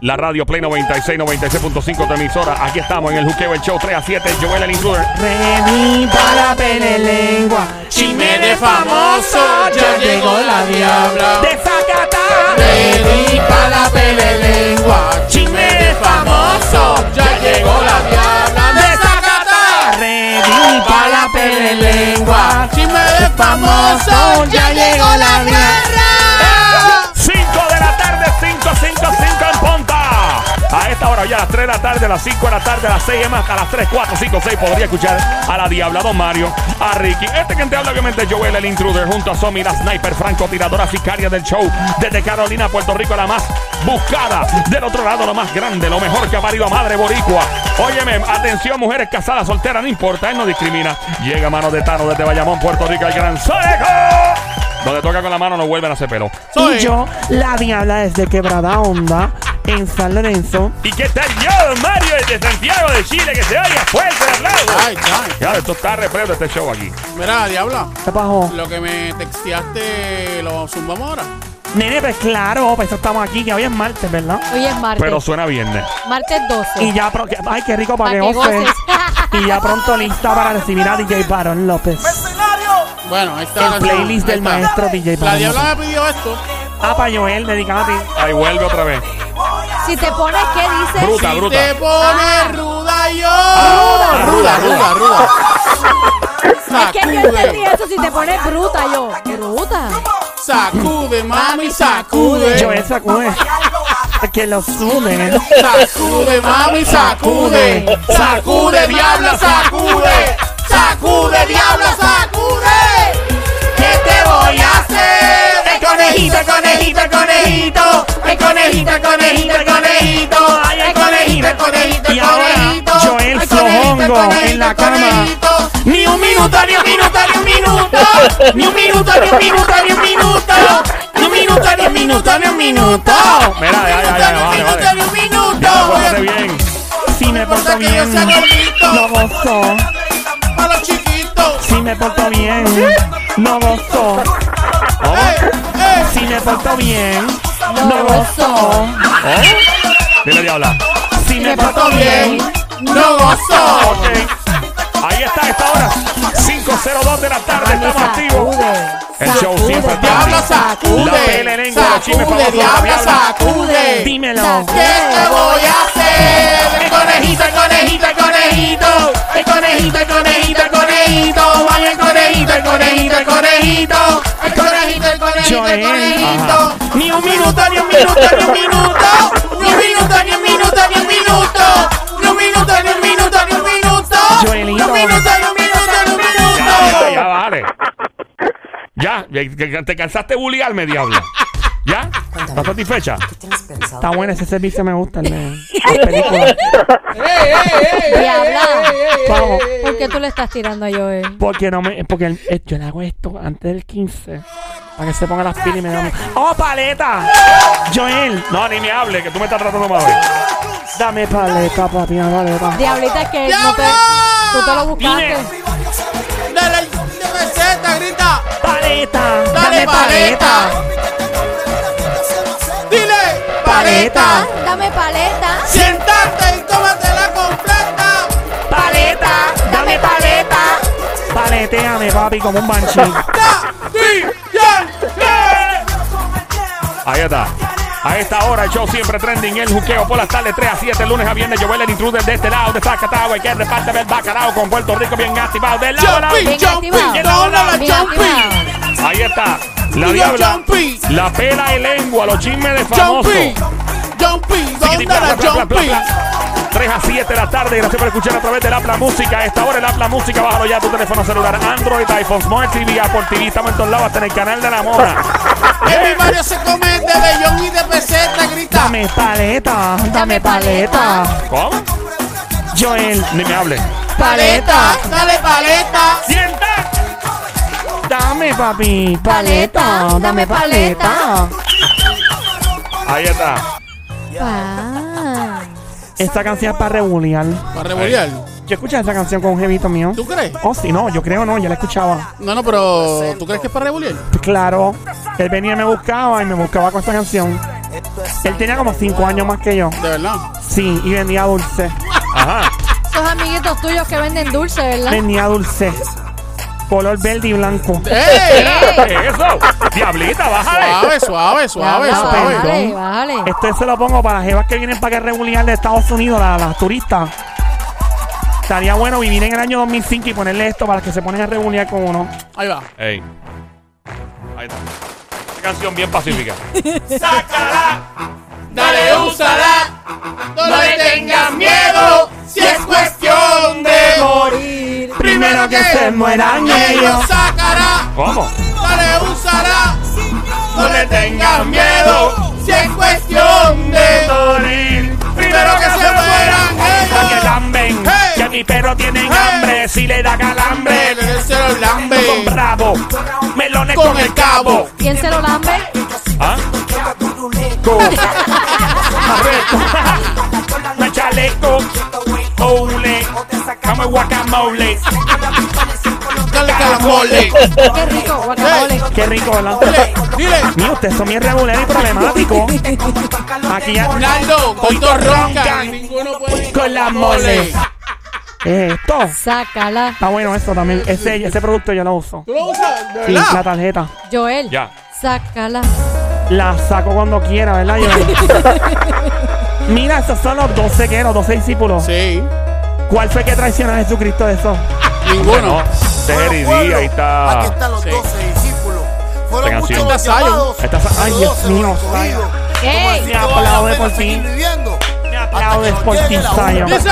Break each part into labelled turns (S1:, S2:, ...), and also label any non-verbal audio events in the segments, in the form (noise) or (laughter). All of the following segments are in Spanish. S1: La radio Play 96, 96.5 tu emisora. Aquí estamos en el Juqueo, el show 3 a 7. Joel el Intruder.
S2: Remi para lengua,
S3: Chisme de famoso, ya llegó la diabla.
S2: Desacatá.
S3: Ready para la pelelengua. Chisme de famoso, ya llegó la diabla. ¡Desacata!
S2: Remi
S3: Para la pelelengua. Chisme de famoso, ya llegó la diabla.
S1: 5 de la tarde, 5, 5, 5 en punta. A esta hora, ya a las 3 de la tarde, a las 5 de la tarde, a las 6 y más, a las 3, 4, 5, 6. Podría escuchar a la Diabla, Don Mario, a Ricky. Este que te habla, obviamente, es Joel, el intruder, junto a Somi, la sniper, francotiradora sicaria del show. Desde Carolina, Puerto Rico, la más buscada. Del otro lado, lo más grande, lo mejor que ha parido madre boricua. Óyeme, atención, mujeres casadas, solteras, no importa, él no discrimina. Llega mano de Tano desde Bayamón, Puerto Rico, el gran Seco. Donde toca con la mano no vuelven a hacer pelo.
S2: Y yo, la diabla desde Quebrada Onda, en San Lorenzo.
S1: ¿Y qué tal yo, don Mario, desde Santiago de Chile? Que se oiga fuerte el aplauso.
S3: Ay, ay.
S1: Claro, esto está repleto este show aquí.
S3: Mira, diabla,
S2: ¿Qué pasó?
S3: lo que me texteaste lo zumbamos ahora.
S2: Nene, pues claro, pues estamos aquí, que hoy es martes, ¿verdad?
S4: Hoy es martes.
S1: Pero suena viernes.
S4: martes 12.
S2: Y ya, pro- que- ay, qué rico para
S4: Pa'
S2: que
S4: que
S2: goces.
S4: goces.
S2: Y ya pronto lista para recibir a DJ Barón López.
S3: Bueno, ahí está
S2: El
S3: canción.
S2: playlist
S3: Ahí
S2: del
S3: está.
S2: maestro DJ
S3: La
S2: Barón López.
S3: diabla me pidió esto.
S2: Ah, para Joel, dedicado a ti.
S1: Ahí vuelve otra vez.
S4: si te pones, ¿qué dices?
S1: Bruta, bruta.
S3: Te
S4: Ah.
S3: pone ruda yo.
S1: Ruda, ruda,
S3: ruda.
S4: Es que yo
S3: Sacude,
S4: entendí eso. Si te pones bruta, yo. Bruta.
S3: sacude, mami, sacude.
S2: Joel
S3: (laughs)
S2: sacude. que lo suben.
S3: Sacude, mami, sacude. Sacude, diabla, sacude. Sacude, diabla, sacude. ¿Qué te voy a hacer? El conejito, el conejito, el conejito. El conejito, el conejito, el conejito. Ay, el conejito, el conejito,
S2: Y
S3: el
S2: ahora,
S3: conejito.
S2: Joel
S3: El conejito, el
S2: Sojongo
S3: conejito,
S2: en la
S3: el
S2: cama.
S3: conejito. Ni un minuto, ni un minuto, ni un minuto. Ni un minuto, ni un minuto, ni un minuto. Ni un minuto, ni un minuto, ni un minuto.
S1: Mira, ya, ya, ya,
S3: Ni un
S1: vale,
S3: minuto,
S1: vale.
S3: ni un minuto.
S1: Ya me conoce bien.
S2: Si me porto bien, no gozó.
S3: Para los chiquitos.
S2: Si me porto bien, no gozó.
S1: ¿Cómo?
S3: Eh, eh.
S2: Si me porto bien, no
S4: No
S2: gozó.
S4: gozó.
S1: ¿Cómo? Oh. Dile diabla.
S2: Si me porto
S3: Porto
S2: bien,
S3: bien, no gozo.
S1: Ok. Ahí está a esta hora. 5.02 de la tarde. Estamos activos. El show siempre está
S3: Diabla
S1: activo. La pele
S3: sacude,
S1: lengua, los chismes
S3: sacude,
S1: famosos, la
S3: diabla
S1: diabla.
S3: sacude. ¿Qué
S2: dímelo.
S3: te voy a hacer? El conejito, el conejito, el conejito. El conejito, el conejito, el conejito. Vaya el conejito, el conejito, el conejito. El conejito, el conejito, el
S2: Joel.
S3: conejito. Ni un minuto, ni un minuto, ni un minuto. Ni un minuto, ni un minuto, ni un minuto. Ni un minuto, ni un minuto, ni un minuto. Ni
S2: Joelito.
S3: un minuto, ni un minuto, ni un
S1: Ya, ya,
S3: minuto.
S1: ya, vale. Ya, ya, ya, te cansaste de bulliarme, diabla. ¿Ya? ¿Estás satisfecha?
S2: Está bueno ese servicio, me gusta. el de- las
S3: (laughs)
S2: películas.
S4: Diabla.
S2: Vamos.
S4: ¿Por qué tú le estás tirando a Joel?
S2: Porque no me. Porque el- eh, yo le hago esto antes del 15. Para que se ponga las pilas y me da. ¡Oh, paleta! Joel,
S1: No, ni me hable, que tú me estás tratando mal hoy.
S2: dame paleta, papi, dame paleta.
S4: Diablita, que no te,
S3: ¡Diabla!
S4: tú te lo buscaste.
S3: Dale la receta, grita.
S2: ¡Paleta!
S3: Dale paleta. Dile
S2: Paleta.
S3: paleta.
S4: Ah, Dame paleta.
S3: Siéntate y tómatela completa.
S2: ¡Paleta! ¡Dame paleta! Paleteame, papi, como un banshee.
S3: Da, di, bien, bien.
S1: Ahí está. A esta hora el show siempre trending, el juqueo por las tardes 3 a 7, lunes a viernes, Joel el intruder de este lado, de Zacatau, que reparte el bacalao con Puerto Rico bien activado, del lado a lado.
S3: Jumpy,
S4: Bien
S3: jumpy,
S4: activado.
S3: dobla la
S4: Bien
S3: jumpy.
S4: activado.
S1: Ahí está, la
S3: Yo
S1: diabla,
S3: jumpy.
S1: la pela y lengua, los chismes de famosos.
S3: Jumpy, jumpy,
S1: Tiquiti, bla,
S3: dobla la
S1: bla, bla, bla,
S3: jumpy.
S1: bla. 3 a 7 de la tarde, gracias por escuchar a través del Apla Música. A esta hora el Apla Música, bájalo ya a tu teléfono celular, Android, iPhone, Smart TV, Apple TV, estamos en todos lados, hasta en el canal de la mona.
S3: (laughs) Every Mario se come de bellón y de peseta, grita.
S2: Dame paleta, dame paleta.
S1: ¿Cómo?
S2: Joel,
S1: Ni me hable.
S3: Paleta, dale paleta.
S1: ¡Sienta!
S2: dame papi, paleta,
S4: Paleta,
S2: dame
S4: dame
S2: paleta.
S1: Ahí está.
S4: Ah.
S2: Esta canción es para rebuliar.
S3: Para revolear.
S2: Yo escuché esa canción con un jevito mío.
S3: ¿Tú crees?
S2: Oh, sí, no, yo creo no, yo la escuchaba.
S3: No, no, pero ¿tú crees que es para revolear?
S2: Claro, él venía y me buscaba y me buscaba con esta canción. Él tenía como 5 años más que yo.
S3: De verdad.
S2: Sí, y vendía dulce.
S1: Ajá.
S5: Esos amiguitos tuyos que venden dulce, ¿verdad?
S2: Vendía dulce. Color verde y blanco.
S3: ¡Ey!
S1: ¿Qué es eso? Diablita, bájale.
S3: Suave, suave, suave,
S5: Ya,
S3: suave.
S5: Bájale, bájale.
S2: Este se lo pongo para las jevas que vienen para que regular de Estados Unidos, la- las turistas. Estaría bueno vivir en el año 2005 y ponerle esto para que se ponen a regular con uno.
S3: Ahí va.
S1: Ey. Ahí está. Una canción bien pacífica.
S3: Dale, úsala. No le tengas miedo. Si es cuestión de morir.
S2: Primero que se mueran ellos.
S3: Sácala.
S1: ¿Cómo?
S3: Dale, úsala. No le tengas miedo. Si es cuestión de Primero que se mueran
S2: Pa' que
S3: ellos.
S2: lamben,
S3: Hey.
S2: que mi perro tiene hambre, si le da calambre,
S3: Hombre, el cielo
S2: con
S3: lambe.
S2: bravo, melones con,
S3: Con el cabo.
S5: ¿Quién se lo lambe?
S1: ¿Ah?
S2: el chaleco, oule, como el guacamole,
S3: Dale calambole.
S5: Qué rico, guacamole.
S2: qué rico, ¿verdad?
S3: Dile, dile.
S2: Mira, ustedes son bien regulares y problemáticos. Aquí ya,
S3: Naldo, hoy dos roncan.
S2: roncan.
S3: Ninguno puede.
S2: Con las moles. ¿Qué es esto?
S5: Sácala.
S2: Está bueno eso también, ese, ese producto yo lo uso.
S3: ¿Tú lo usas? ¿De
S2: Sí, la
S3: verdad?
S2: tarjeta.
S5: Joel.
S1: Ya.
S5: Sácala.
S2: La saco cuando quiera, ¿verdad? Yo- (laughs) Mira, esos son los 12 que los 12 discípulos.
S3: Sí.
S2: ¿Cuál fue que traicionó a Jesucristo de eso?
S1: No.
S3: Ninguno.
S1: Terry D, ahí
S6: Aquí
S1: está.
S6: están los
S3: Sí.
S6: 12 discípulos. Fueron
S1: Esta
S6: muchos
S1: canción.
S6: los
S3: Esta
S6: llamados.
S1: Esta sa- ay,
S6: los
S2: Dios
S6: 12
S2: mío,
S6: los escogidos.
S5: ¡Ey!
S6: Así
S2: Me
S6: que vale
S2: aplaude
S6: la pena
S2: por
S6: seguir
S2: ti.
S6: viviendo.
S2: Me aplaudes por ti, Zion.
S3: Dice.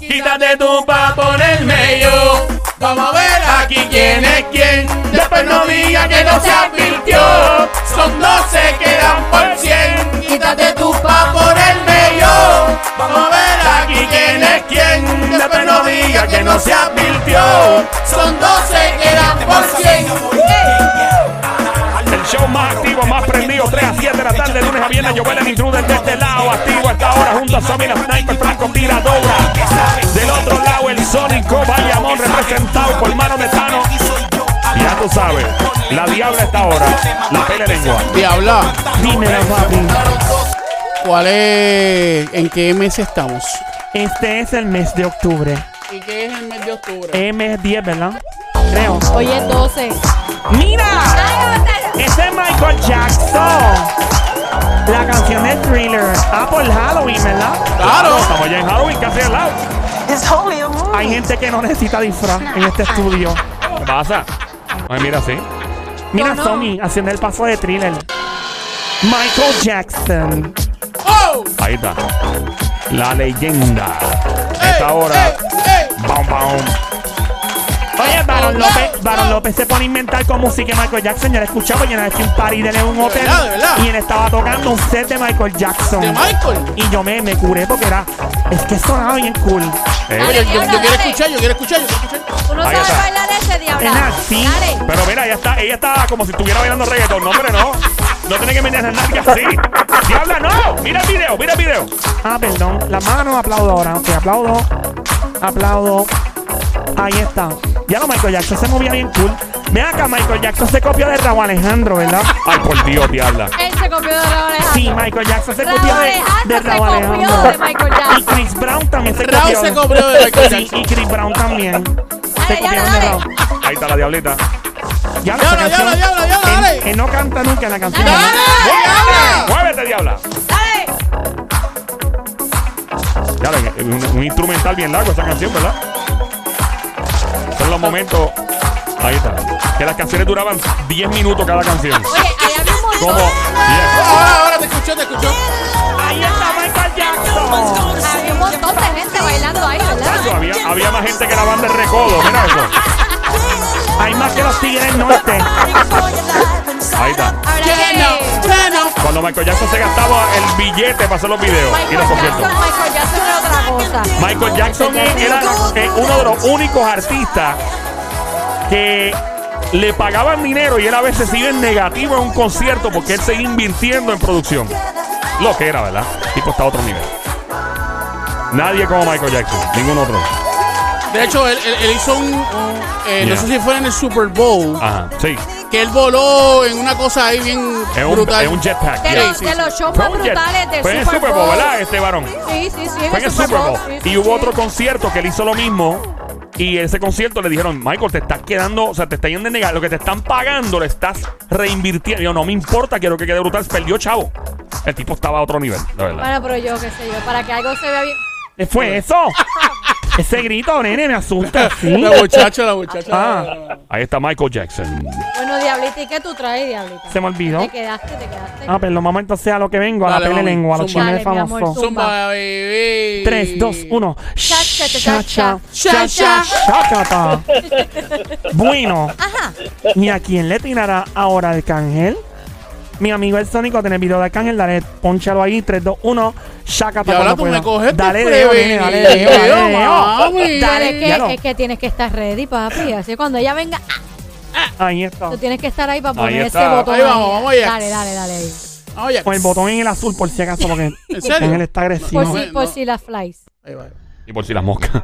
S3: Quítate tú pa' ponerme yo. Vamos a ver aquí quién es quién. Después no diga que no se advirtió. Son 12 que dan por 100. Quítate tú pa' ponerme yo. Vamos a ver aquí quién es quién. Después no diga que no se advirtió. Son 12 que dan por 100.
S1: El show más activo, más prendido, 3 a 7 de la tarde, lunes a viernes. Yo el intruder de este lado, activo a esta hora, junto a Sammy la Sniper, Franco Tiradora. Del otro lado, el Sónico Bayamón, representado por mano de Tano. Y Ya tú sabes, la diabla está ahora, la pele lengua.
S3: Diabla,
S2: Dímelo, papi.
S3: ¿cuál es? ¿En qué mes estamos?
S2: Este es el mes de octubre.
S3: ¿Y qué es el mes de octubre?
S2: Es mes 10, ¿verdad? Creo.
S5: Oye, 12.
S2: ¡Mira! Ese es Michael Jackson. La canción de Thriller. Ah, por Halloween, ¿verdad?
S3: ¡Claro!
S1: Estamos ya en Halloween, casi al lado.
S2: Hay gente que no necesita disfraz en este estudio.
S1: ¿Qué pasa? Ay, mira, sí.
S2: Mira
S5: No, no.
S2: a Sony haciendo el paso de Thriller. Michael Jackson.
S3: ¡Oh!
S1: Ahí está. La leyenda. A esta
S3: ¡Ey!
S1: hora.
S3: ¡Ey!
S1: Bam, bam.
S2: Oye, Baron
S3: no,
S2: López, Barón
S3: no.
S2: López se pone a inventar con música de Michael Jackson. Yo la escuchaba y en un party de un hotel.
S3: verdad, de verdad.
S2: Y él estaba tocando un set de Michael Jackson.
S3: ¡De Michael!
S2: y yo me, me curé porque era. Es que sonaba bien cool.
S1: Eh,
S5: Dale,
S3: Oye, yo, yo
S5: diabla,
S3: quiero
S5: dale.
S3: escuchar, yo quiero escuchar, yo quiero escuchar.
S5: Tú no
S1: Ahí
S5: sabes
S1: está.
S5: bailar ese diablo.
S2: Nena, sí.
S5: Dale.
S1: Pero mira, ella está, ella está como si estuviera bailando reggaetón. No, hombre, no. No tiene que meter las nalgas así. ¡Diabla, no! Mira el video, mira el video.
S2: Ah, perdón. La mano aplaudo ahora. Ok, aplaudo. Aplaudo. Ahí está. Ya no, Michael Jackson se movía bien cool. Ven acá, Michael Jackson se copió de Raúl Alejandro, ¿verdad?
S1: Ay, por Dios, diabla.
S5: Él se copió de la oreja.
S2: Sí, Michael Jackson se
S5: Raúl
S2: copió de,
S5: Alejandro
S2: de
S5: se
S2: Raúl
S5: copió de
S2: Alejandro.
S5: Michael Jackson.
S2: Y Chris Brown también se
S3: Raúl
S2: copió.
S3: se copió de Michael
S2: Sí,
S3: Jackson.
S2: y Chris Brown también. Se
S5: Dale,
S2: copiaron
S5: dale,
S2: de
S5: dale.
S2: Raúl.
S1: Ahí está la diablita.
S2: Ya
S3: Diabla, diabla, diabla, diabla, dale.
S2: Que no canta nunca en la canción.
S5: Dale.
S3: ¡Dale!
S1: ¡Muévete, diabla!
S5: Dale.
S1: Diabla, un, un instrumental bien largo esa canción, ¿verdad? Son los momentos. Ahí está. Que las canciones duraban 10 minutos cada canción.
S5: Oye, ahí había un
S1: Como.
S5: montón.
S1: Yes.
S3: Ahora, ahora te escucho, te escucho.
S2: Ahí está Michael Jackson.
S5: Había un montón de gente bailando ahí,
S1: Chacho,
S5: ¿verdad?
S1: había, había más gente que la banda de recodo. Mira eso.
S2: Hay más que los tigres del norte.
S1: Ahí está.
S5: Habrá que...
S3: lleno.
S1: Cuando Michael Jackson se gastaba el billete para hacer los videos y los
S5: Michael
S1: conciertos.
S5: Jackson, Michael Jackson era otra cosa.
S1: Michael Jackson eh, era eh, uno de los únicos artistas que le pagaban dinero y él a veces iba en negativo en un concierto porque él seguía invirtiendo en producción. Lo que era, ¿verdad? Tipo está a otro nivel. Nadie como Michael Jackson, ningún otro.
S3: De hecho, él, él- él hizo un. un, eh,
S1: Yeah.
S3: No sé si fue en el Super Bowl.
S1: Ajá, sí.
S5: que él voló en una cosa ahí bien
S1: Es un,
S5: brutal.
S1: es un jetpack.
S4: De,
S1: yeah.
S4: los, de los shows
S1: Fue
S4: más
S1: un jet-
S4: brutales del
S1: Fue en el Super Bowl, ¿verdad, este varón?
S4: Sí, sí, sí.
S1: Fue en el Super Bowl. Y hubo otro concierto que él hizo lo mismo. Y ese concierto le dijeron, Michael, te estás quedando, o sea, te están yendo en negar. Lo que te están pagando lo estás reinvirtiendo. Yo no me importa, quiero que quede brutal. Perdió chavo. El tipo estaba a otro nivel, la verdad.
S4: Bueno, pero yo qué sé yo, para que algo se vea bien.
S2: ¿Qué ¿Fue eso?
S5: (laughs)
S2: Ese grito, nene, me asusta. ¿sí?
S5: La muchacha, la muchacha.
S2: Ah.
S1: Ahí está Michael Jackson.
S4: Bueno, Diablita, ¿y qué tú traes, Diablita?
S2: Se me olvidó.
S4: Te quedaste, te quedaste.
S2: Ah, pero vamos entonces a lo que vengo, a la
S5: Dale,
S2: pele
S5: mami,
S2: lengua, a los
S5: zumba.
S2: chismes
S4: Dale, mi amor,
S2: famosos.
S5: Zumba, baby.
S2: 3, 2, 1.
S4: Chacha, chacha,
S5: Cha, cha.
S2: Chacata. Bueno,
S4: Ajá.
S2: ¿y a quién le tirará ahora Arcángel? Mi amigo el Sónico tiene video de Arcángel, dale, ponchalo ahí, 3, 2, 1, Chacata.
S5: Y ahora
S2: cuando
S5: tú me
S2: pueda.
S5: coges
S2: Dale, Leo, nene,
S5: desprevenido,
S2: dale, Leo, dale,
S5: mami.
S4: (laughs)
S2: Leo.
S4: Pero
S2: Dale,
S4: es que,
S2: diablo.
S4: es que tienes que estar ready, papi. Así que cuando ella venga, ah,
S2: Ahí está.
S4: tú tienes que estar ahí para poner ese
S1: está.
S4: botón.
S5: Ahí vamos, vamos allá.
S4: Dale, dale, dale. ahí.
S5: Oye.
S2: Con el botón en el azul, por si acaso, porque
S5: ¿En serio?
S2: Arcángel está agresivo.
S4: Por,
S5: No,
S4: si,
S5: no.
S4: por si las flies.
S5: Ahí va.
S1: Y por si las
S5: (laughs)
S1: moscas.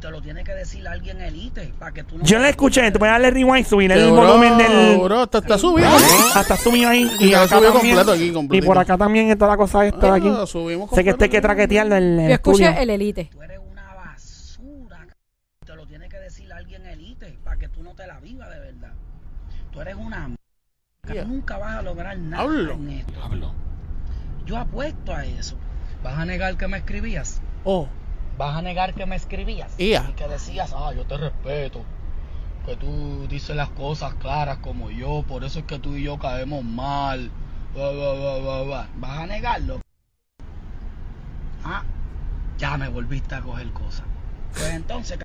S7: Te lo tiene que decir alguien elite para que tú no
S2: Yo no la escuché, tú puedes darle rewind, subir el
S5: Seguro,
S2: volumen del. Ah,
S5: seguro, está, está subido.
S2: Hasta subido ahí. Y,
S5: Ya
S2: acá
S5: subió
S2: también.
S5: completo aquí,
S2: y
S5: completito.
S2: por acá también está la cosa esta de aquí.
S5: Ah, subimos
S2: Sé que este hay que
S5: completo.
S2: traquetearlo el, el
S4: Yo escuché
S2: estudio.
S4: el elite.
S7: tú eres una basura. c- Te lo tiene que decir alguien elite para que tú no te la vivas de verdad. Tú eres una m-
S5: Ya.
S7: Nunca vas a lograr nada
S5: Hablo.
S7: en esto. Yo apuesto a eso. ¿Vas a negar que me escribías?
S5: Oh,
S7: ¿Vas a negar que me escribías?
S5: Ya.
S7: Y que decías, ah, yo te respeto. Que tú dices las cosas claras como yo. Por eso es que tú y yo caemos mal. Bla, bla, bla, bla, bla. ¿Vas a negarlo? Ah, ya me volviste a coger cosas. Pues entonces,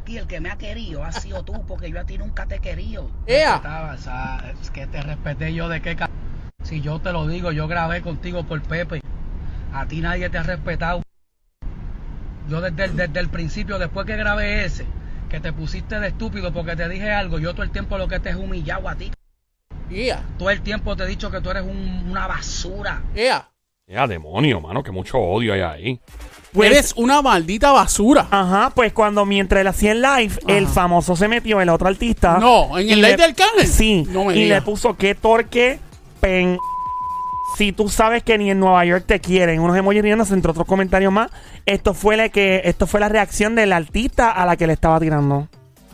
S7: aquí el que me ha querido ha sido tú, porque yo a ti nunca te he querido.
S5: Ea.
S7: Respetaba, o sea, es que te respeté yo de qué ca- Si yo te lo digo, yo grabé contigo por Pepe. A ti nadie te ha respetado. Yo desde el, desde el principio, después que grabé ese, que te pusiste de estúpido porque te dije algo, yo todo el tiempo lo que te he humillado a ti.
S5: yeah,
S7: Todo el tiempo te he dicho que tú eres un- una basura.
S5: yeah.
S1: Ya, demonio, mano, que mucho odio hay ahí.
S5: Tú eres una maldita basura.
S2: Pues, Ajá, pues cuando mientras él hacía el live, el famoso se metió, el otro artista.
S5: No, ¿en el
S2: y
S5: live
S2: le-
S5: de Arcángel?
S2: Sí.
S5: No me
S2: y
S5: digas.
S2: le puso qué torque, pen. Si tú sabes que ni en Nueva York te quieren, unos emojis riéndose, entre otros comentarios más. Esto fue la que, esto fue la reacción del artista a la que le estaba tirando.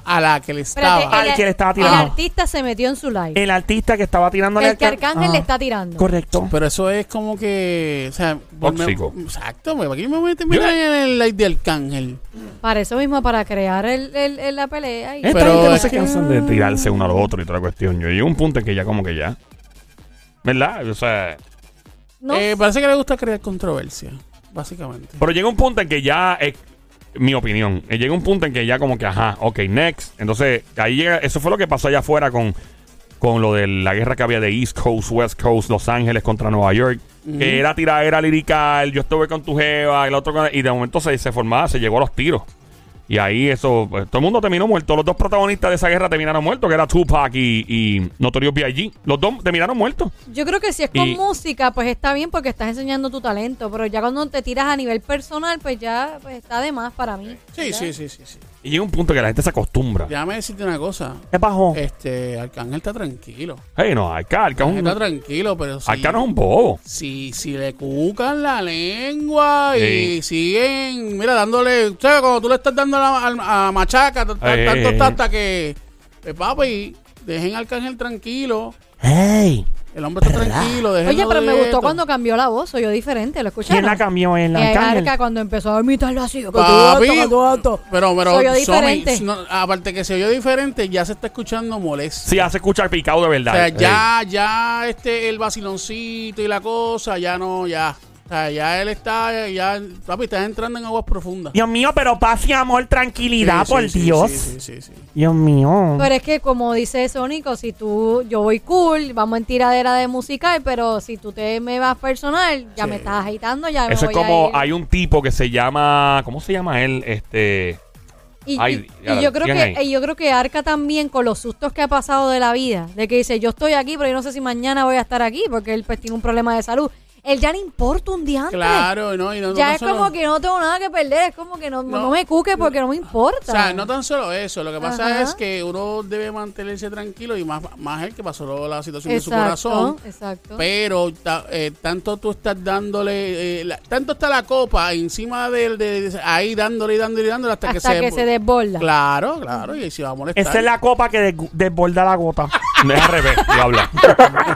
S5: A la que le
S4: Espérate, eh.
S5: estaba.
S2: Al que le estaba
S4: el
S2: tirando.
S4: artista se metió en su live.
S2: El artista que estaba tirando
S4: El, que
S2: Arcán-
S4: Arcángel le
S2: Ajá.
S4: está tirando.
S2: Correcto.
S5: Pero eso es como que. O sea, volve-
S1: Tóxico.
S5: exacto, güey. Aquí me voy a terminar en el live de Arcángel.
S4: Para eso mismo, para crear el, el- el- la pelea. y-
S2: Esta
S5: Pero
S2: gente no
S5: es
S2: se
S5: que-
S2: cansa.
S1: de tirarse uno al otro y otra cuestión. Yo llegué a un punto en que ya como que ya. ¿Verdad? O sea,
S4: no
S5: Eh, parece que le gusta crear controversia, básicamente.
S1: pero llega un punto en que ya eh, mi opinión, eh, llega un punto en que ya como que ajá, ok, next. Entonces, ahí llega eso fue lo que pasó allá afuera con con lo de la guerra que había de East Coast, West Coast, Los Ángeles contra Nueva York, que era tiradera lirical, yo estuve con tu jeva, el otro con- y de momento se, se formaba, se llegó a los tiros. Y ahí eso, pues, todo el mundo terminó muerto. Los dos protagonistas de esa guerra terminaron muertos, que era Tupac y, y Notorious B.I.G. Los dos terminaron muertos.
S4: Yo creo que si es con
S1: Y-
S4: música, pues está bien porque estás enseñando tu talento, pero ya cuando te tiras a nivel personal, pues ya pues está de más para mí.
S5: Sí,
S4: ¿verdad?
S5: sí, sí, sí, sí.
S1: Y llega un punto que la gente se acostumbra.
S5: Déjame decirte una cosa.
S2: ¿Qué pasó?
S5: Este, Arcángel está tranquilo.
S2: Oh.
S1: Hey, no, Arca, Arca es un,
S5: Está tranquilo, pero sí.
S1: Arca no es un bobo.
S5: si, si le cucan la lengua
S1: Sí.
S5: y siguen, mira, dándole, o sea, cuando tú le estás dando la, a, a machaca, t- t-
S1: Ey,
S5: tanto,
S1: ey, ey.
S5: hasta que, pues, papi, dejen al cángel tranquilo,
S2: ¡Hey!
S5: el hombre está tranquilo, déjenlo
S4: Oye, pero
S5: de
S4: me gustó
S5: esto.
S4: cuando cambió la voz, soy yo diferente, ¿lo escucharon?
S2: ¿Quién la cambió? El
S4: Eh,
S2: Arcángel.
S4: Arca cuando empezó a imitarlo así, que tú alto,
S5: Papi,
S4: que tú alto.
S5: pero, pero,
S4: Soy yo
S5: Somi,
S4: diferente.
S5: no, aparte que se oyó diferente, ya se está escuchando molesto.
S1: Sí, hace escuchar picado de verdad.
S5: O sea,
S1: Ey.
S5: ya, ya, este, el vaciloncito y la cosa, ya no, ya. O sea, ya él está, ya, papi, estás entrando en aguas profundas.
S2: Dios mío, pero paz y amor, tranquilidad,
S5: Sí,
S2: por
S5: sí, sí,
S2: Dios.
S5: sí, sí, sí, sí.
S2: Dios mío.
S4: Pero es que como dice Sónico, si tú, yo voy cool, vamos en tiradera de musical, pero si tú te me vas personal, ya
S5: Sí.
S4: me estás agitando, ya
S1: Eso
S4: me
S1: es
S4: voy
S1: como
S4: a ir.
S1: hay un tipo que se llama, ¿cómo se llama él? Este,
S4: Y, y-
S1: Ay,
S4: y
S1: ya,
S4: yo creo
S1: sigan
S4: que
S1: ahí.
S4: y yo creo que Arca también con los sustos que ha pasado de la vida, de que dice, yo estoy aquí, pero yo no sé si mañana voy a estar aquí porque él pues, tiene un problema de salud. él ya no importa un diante.
S5: Claro, no, y no, no
S4: ya
S5: tan
S4: es
S5: solo-
S4: como que no tengo nada que perder, es como que no, no,
S5: No.
S4: me cuque porque no me importa.
S5: O sea, no tan solo eso, lo que pasa
S4: Ajá.
S5: es que uno debe mantenerse tranquilo y más, más el que pasó la situación de su
S4: exacto,
S5: corazón.
S4: Exacto.
S5: Pero ta- eh, tanto tú estás dándole, eh, la- tanto está la copa encima del, de, de- ahí dándole y dándole y dándole hasta,
S4: hasta, que, se desborda.
S5: Claro, claro, y si va a molestar.
S2: Esa es la copa que des- desborda la gota.
S1: No es al revés,
S5: (laughs)
S1: diabla.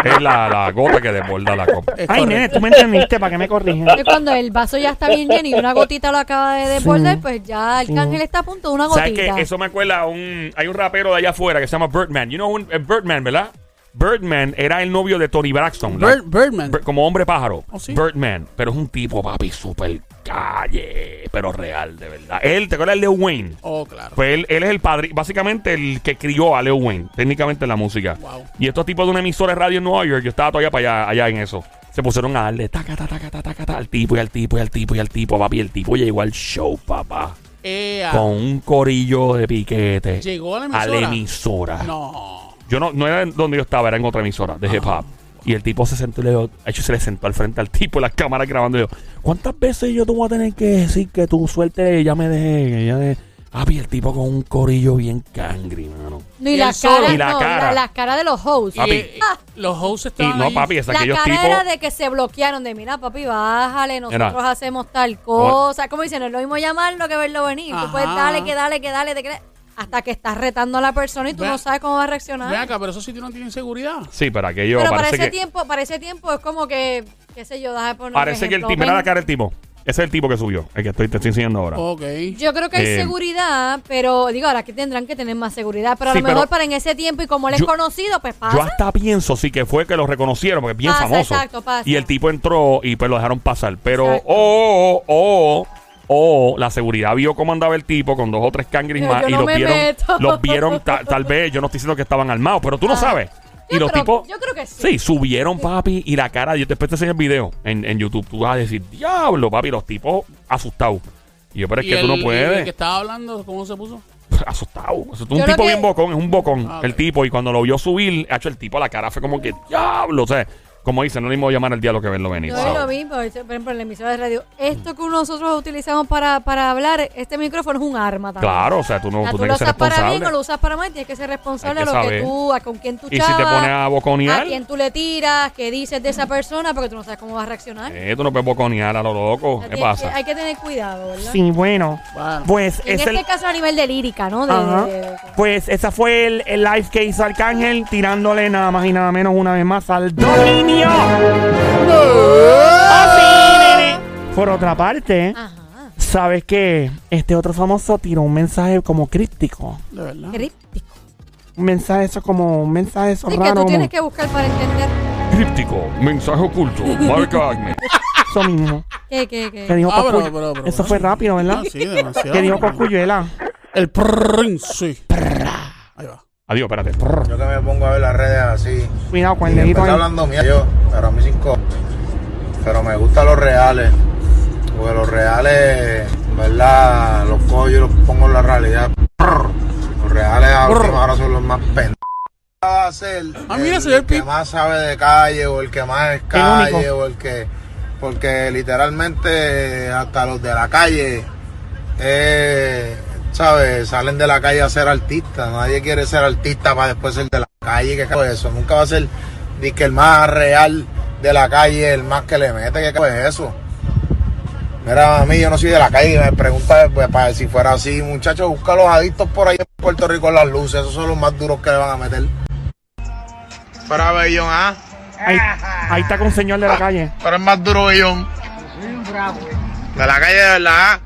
S1: Es la, la gota que desborda la copa.
S5: Es
S2: Ay,
S5: correcto.
S2: nene, tú me entendiste, ¿para qué me corriges?
S4: Que cuando el vaso ya está bien lleno y una gotita lo acaba de desbordar, pues ya Arcángel está a punto de una
S1: ¿Sabes qué?
S4: gotita.
S1: Eso me acuerda a un. Hay un rapero de allá afuera que se llama Birdman. You know who- eh, Birdman, ¿verdad? Birdman era el novio de Tony Braxton. la-
S5: Bird- Birdman.
S1: Bir- como hombre pájaro.
S5: Oh, sí.
S1: Birdman. Pero es un tipo, papi, súper calle. Pero real, de verdad. Él, ¿te acuerdas el de Wayne?
S5: Oh, claro.
S1: Pues él, él es el padre, básicamente el que crió a Leo Wayne, técnicamente en la música.
S5: Wow.
S1: Y estos tipos de una emisora de radio en Nueva York, yo estaba todavía para allá, allá en eso. Se pusieron a darle taca, taca, taca, taca, taca, al tipo y al tipo y al tipo y al tipo, papi. El tipo llegó al show, papá.
S5: Ea,
S1: (laughs) Con un corillo de piquete.
S5: Eh, Llegó a la emisora.
S1: emisora.
S5: No.
S1: Yo no, no era en donde yo estaba, era en otra emisora de hip hop. Y el tipo se sentó y le dijo, de hecho se le sentó al frente al tipo, las cámaras grabando. Y yo, ¿cuántas veces yo te voy a tener que decir que tu suerte ya me dejé? Que ya de... Ah, y el tipo con un corillo bien cangri, mano.
S4: No, y,
S5: Y
S4: la
S5: él solo.
S4: cara,
S1: Y la
S4: no,
S1: cara.
S4: la- las caras de los hosts.
S5: Y,
S1: Papi.
S5: eh, los hosts
S1: Y
S5: estaban
S1: no,
S5: allí.
S1: papi, es
S4: la
S1: aquellos
S4: cara
S1: tipos.
S4: era de que se bloquearon de mira papi bájale nosotros
S1: Mira.
S4: hacemos tal cosa como dicen no es lo mismo llamarlo que verlo venir tú
S5: Ajá.
S4: puedes dale que dale que dale te cre- hasta que estás retando a la persona y tú
S5: Ve-
S4: no sabes cómo va a
S5: Ven
S4: reaccionar
S5: acá, pero esos sitios no tienen seguridad.
S1: Sí, pero aquello
S4: pero para
S1: parece que.
S4: ese tiempo para ese tiempo es como que qué sé yo déjame poner un
S1: Parece que el
S4: ejemplo.
S1: tipo. Mira
S4: Ven-
S1: la cara del tipo. Ese es el tipo que subió. El que estoy, te estoy enseñando ahora.
S5: Ok.
S4: yo creo que hay
S1: Eh,
S4: seguridad pero digo ahora que tendrán que tener más seguridad pero a
S1: Sí,
S4: lo mejor
S1: pero-
S4: para en ese tiempo y como él es
S1: Yo-
S4: conocido pues pasa
S1: Yo hasta pienso, sí, que fue que lo reconocieron, porque es bien
S4: Pasa,
S1: famoso.
S4: exacto, pasa.
S1: Y el tipo entró y pues lo dejaron pasar. Pero,
S4: Exacto.
S1: oh, oh, oh, la seguridad vio cómo andaba el tipo con dos o tres cangris
S4: Yo-
S1: más
S4: yo
S1: y
S4: no
S1: los
S4: me
S1: vieron,
S4: meto.
S1: los vieron ta- tal vez, yo no estoy diciendo que estaban armados, pero tú no
S4: Ah.
S1: sabes.
S4: Yo
S1: y los
S4: creo-
S1: tipos,
S4: yo creo que sí.
S1: subieron, papi, y la cara, yo después te enseño el video en, en YouTube, tú vas a decir, diablo, papi, los tipos asustados. Y yo, pero es
S5: Y
S1: que tú
S5: el-
S1: no
S5: y el que
S1: puedes.
S5: estaba hablando, ¿cómo se puso?
S1: (laughs) asustado. O sea, tú
S4: Yo
S1: un
S4: lo
S1: tipo
S4: que-
S1: bien bocón, es un bocón
S5: Ah,
S1: el
S5: ok.
S1: tipo. Y cuando lo vio subir, ha hecho el tipo a la cara, fue como que diablo. O sea, como dicen, no le mismo llamar al diablo que verlo venir.
S4: Yo
S1: ¿sabes?
S4: lo mismo, por ejemplo, en la emisora de radio. Esto que nosotros utilizamos para, para hablar, este micrófono es un arma también.
S1: Claro, o sea, tú no
S4: O sea,
S1: tú
S4: tú lo
S1: tienes que ser
S4: usas para bien
S1: responsable.
S4: o lo usas para mal, tienes que ser responsable
S1: Hay
S4: de
S1: que
S4: lo que
S1: saber.
S4: tú, a con quién tú
S1: Y si te
S4: chavas,
S1: pones a boconear?
S4: a quién tú le tiras, qué dices de esa persona, porque tú no sabes cómo va a reaccionar.
S1: Eh, tú no puedes boconear a lo loco.
S4: O sea,
S1: ¿Qué
S4: tienes que-
S1: pasa?
S4: hay que tener cuidado, ¿verdad?
S2: Sí, bueno.
S5: Bueno.
S2: Pues
S4: En
S2: es
S4: este
S2: el.
S4: caso eh, a nivel de lírica, ¿no? De-
S2: Ajá.
S4: de- de-
S2: Pues esa fue el, el live que hizo Arcángel tirándole nada más y nada menos una vez más al dominio. Oh, sí, nene. Por otra parte,
S4: Ajá.
S2: sabes que este otro famoso tiró un mensaje como críptico.
S5: De verdad.
S4: Críptico.
S2: Un mensaje eso como un mensaje eso
S4: Sí, que
S2: raro.
S4: tú
S2: como-
S4: tienes que buscar para entender
S1: Críptico, mensaje
S4: (laughs)
S1: oculto, marca Acme.
S2: Eso mismo.
S4: qué, qué, qué.
S2: Que dijo
S5: Ah, pero-
S2: Cocuy-
S5: pero- pero-
S2: Eso fue rápido, ¿verdad?
S5: Ah, sí, demasiado.
S2: Que dijo Cocuyuela.
S5: El príncipe. Ahí va.
S1: Adiós, espérate. Prr.
S8: Yo que me pongo a ver las redes así.
S2: Cuidado con
S8: Y
S2: el
S8: me
S2: dedito
S8: Pues, está
S2: ahí.
S8: hablando mierda yo, pero a mí cinco. Pero me gustan los reales. Porque los reales, en verdad, los cojo y los pongo en la realidad. Prr. Los reales a
S5: Prr.
S8: última hora son los más pendejos. Va a ser
S5: Ah, mira,
S8: el,
S5: se ve el
S8: que
S5: pip.
S8: más sabe de calle o el que más es calle o el que. Porque literalmente hasta los de la calle eh, ¿sabes? Salen de la calle a ser artistas. Nadie quiere ser artista para después ser de la calle. ¿Qué carajo es eso? Nunca va a ser ni que el más real de la calle, el más que le mete. ¿Qué carajo es eso? Mira, a mí yo no soy de la calle. Me pregunta pues, para si fuera así, muchachos, busca los adictos por ahí en Puerto Rico en las luces. Esos son los más duros que le van a meter. Pero a Bellón, ¿ah?
S2: Ahí, ahí está con un señor de la calle.
S8: Pero es más duro Bellón. De la calle, de verdad,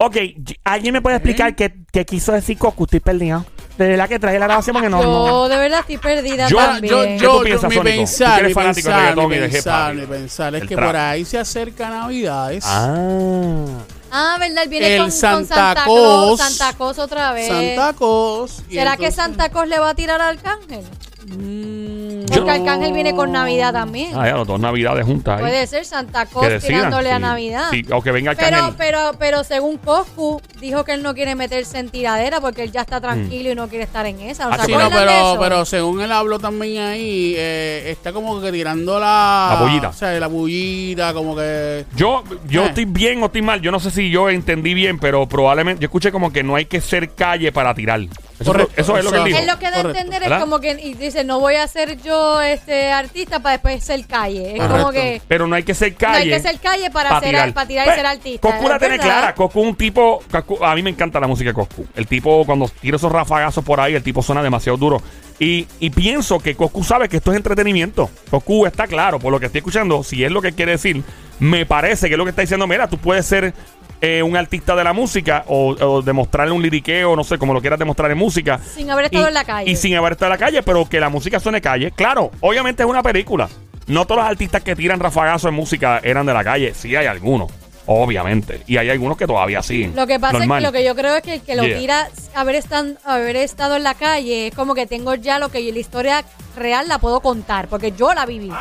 S2: Ok, y- ¿alguien me puede explicar qué, qué quiso decir Cocu? Estoy perdida. De verdad que traje la grabación porque no. no.
S4: Yo de verdad estoy perdida
S1: Yo-
S5: Ah,
S4: también.
S5: yo,
S1: ¿Qué
S5: yo,
S1: tú
S5: yo,
S1: piensas,
S5: mi
S1: Sónico? ¿Tú
S5: pensar,
S1: que eres
S5: mi
S1: fanático del
S5: pensar,
S1: reggaetón
S5: mi
S1: y del hip hop
S5: pensar,
S1: y
S5: mi
S1: del-
S5: pensar es
S1: del
S5: que
S1: trap?
S5: por ahí se acerca Navidades.
S2: Ah.
S4: Ah, ¿verdad? Él viene
S5: El
S4: con, con
S5: Santa
S4: Santa Claus.
S5: Claus.
S4: Santa Claus otra vez.
S5: Santa Claus. y
S4: ¿Será que
S5: entonces-
S4: Santa Claus le va a tirar a Arcángel?
S5: Mm,
S4: Porque Arcángel viene con Navidad también.
S1: Ah, ya, los dos navidades juntas. ahí.
S4: Puede ser Santa
S1: Que
S4: Claus
S1: decidan,
S4: tirándole a
S1: sí.
S4: Navidad.
S1: Sí, o que venga
S4: Pero,
S1: Arcángel.
S4: pero, pero según Coscu, dijo que él no quiere meterse en tiradera porque él ya está tranquilo y no quiere estar en esa. ¿O
S1: Ah,
S4: sea,
S1: sí,
S4: sí,
S1: Mm. no,
S4: no,
S5: pero, pero según él habló también ahí, eh, está como que tirando la.
S1: La bullita.
S5: O sea, la bullita, como que.
S1: Yo, yo
S5: Eh.
S1: estoy bien o estoy mal. Yo no sé si yo entendí bien, pero probablemente. Yo escuché como que no hay que ser calle para tirar. Eso, fue-
S5: Correcto,
S1: eso es lo que él
S5: exacto.
S1: dijo.
S4: Él lo que da a
S5: Correcto,
S4: entender
S1: ¿verdad?
S4: es como que y dice, no voy a ser yo este artista para después ser calle. Es
S5: Correcto.
S4: como que
S1: Pero no hay que ser
S4: no
S1: calle.
S4: hay que ser calle para,
S1: pa'
S4: ser,
S1: tirar.
S4: para tirar y
S1: Pues,
S4: ser artista.
S1: Coscu la
S4: Es
S1: tiene
S4: verdad.
S1: clara. Coscu un tipo. Coscu- a mí me encanta la música de Coscu. El tipo, cuando tira esos rafagazos por ahí, el tipo suena demasiado duro. Y, y pienso que Coscu sabe que esto es entretenimiento. Coscu está claro, por lo que estoy escuchando, si es lo que quiere decir, me parece que es lo que está diciendo. Mira, tú puedes ser. eh, un artista de la música o, o demostrarle un liriqueo, no sé, como lo quieras demostrar en música.
S4: Sin haber estado
S1: Y-
S4: en la calle.
S1: Y sin haber estado en la calle, pero que la música suene calle. Claro, obviamente es una película. No todos los artistas que tiran rafagazos en música eran de la calle. Sí hay algunos, obviamente. Y hay algunos que todavía siguen.
S4: Lo que pasa
S1: Normal.
S4: es que lo que yo creo es que el que lo
S1: Yeah.
S4: tira haber, estan- haber estado en la calle es como que tengo ya lo que yo- la historia real la puedo contar porque yo la viví.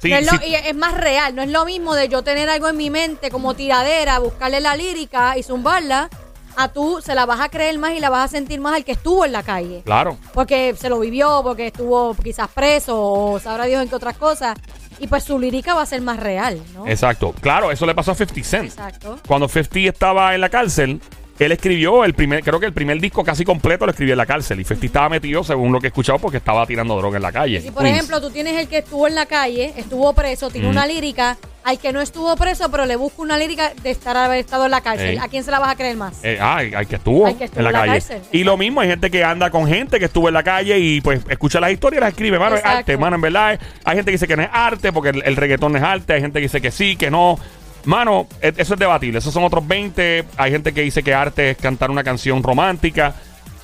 S1: Sí,
S4: No es, lo-
S1: sí.
S4: y es más real, no es lo mismo de yo tener algo en mi mente como tiradera, buscarle la lírica y zumbarla, a tú se la vas a creer más y la vas a sentir más al que estuvo en la calle.
S1: Claro.
S4: Porque se lo vivió, porque estuvo quizás preso o sabrá Dios en qué otras cosas. Y pues su lírica va a ser más real, ¿no?
S1: Exacto. Claro, eso le pasó a 50 Cent.
S4: Exacto.
S1: Cuando 50 estaba en la cárcel, él escribió el primer, creo que el primer disco casi completo lo escribió en la cárcel. Y 50 estaba metido, según lo que he escuchado, porque estaba tirando droga en la calle.
S4: Si, por
S1: Queens.
S4: ejemplo, tú tienes el que estuvo en la calle, estuvo preso, tiene una lírica, al que no estuvo preso, pero le busca una lírica de estar haber estado en la cárcel.
S1: Ey.
S4: ¿A quién se la vas a creer más?
S1: Eh, ah, al que estuvo,
S4: Al que estuvo
S1: en la,
S4: en la
S1: calle.
S4: cárcel.
S1: Y lo mismo, hay gente que anda con gente que estuvo en la calle y pues escucha las historias y las escribe. Mano, es
S4: Exacto.
S1: arte, mano, en verdad. eh. Hay gente que dice que no es arte porque el, el reggaetón no es arte. Hay gente que dice que sí, que no. Mano, e- eso es debatible. Esos son otros 20. Hay gente que dice que arte es cantar una canción romántica.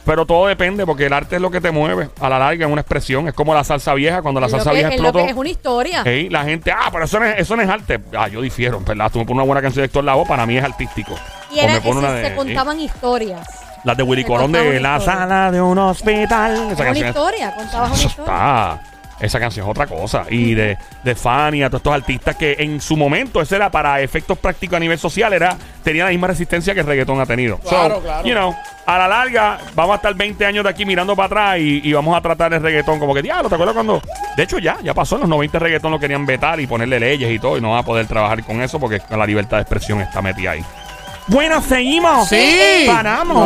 S1: Pero todo depende porque el arte es lo que te mueve a la larga, es una expresión. Es como la salsa vieja. Cuando la
S4: Es lo
S1: salsa
S4: que-
S1: vieja
S4: es lo que-
S1: explotó.
S4: es una historia.
S1: Ey, la gente, ah, pero eso no, es, eso no es arte. Ah, yo difiero, en ¿verdad? Tú me pones una buena canción de Héctor Lavoe, para mí es artístico.
S4: Y
S1: O
S4: era,
S1: me pones
S4: se,
S1: una
S4: se
S1: de- eh,
S2: ¿eh?
S4: contaban historias.
S1: las de Willy
S4: Se
S1: Colón
S4: contaba
S1: de
S4: una
S1: La
S4: historia.
S1: sala de un hospital.
S4: Era
S1: Esa
S4: una
S1: canción,
S4: historia, contabas una
S1: eso
S4: historia.
S1: está. Esa canción es otra cosa. Y de, de Fanny a todos estos artistas que en su momento, eso era para efectos prácticos a nivel social, era tenía la misma resistencia que el reggaetón ha tenido.
S5: Claro, claro.
S1: You know, a la larga, vamos a estar 20 años de aquí mirando para atrás y, y vamos a tratar el reggaetón como que, diablo, ¿te acuerdas cuando? De hecho, ya, ya pasó. En los 90 el reggaetón lo querían vetar y ponerle leyes y todo. Y no va a poder trabajar con eso porque la libertad de expresión está metida ahí.
S2: Bueno, seguimos.
S5: Sí.
S2: Paramos.
S5: No.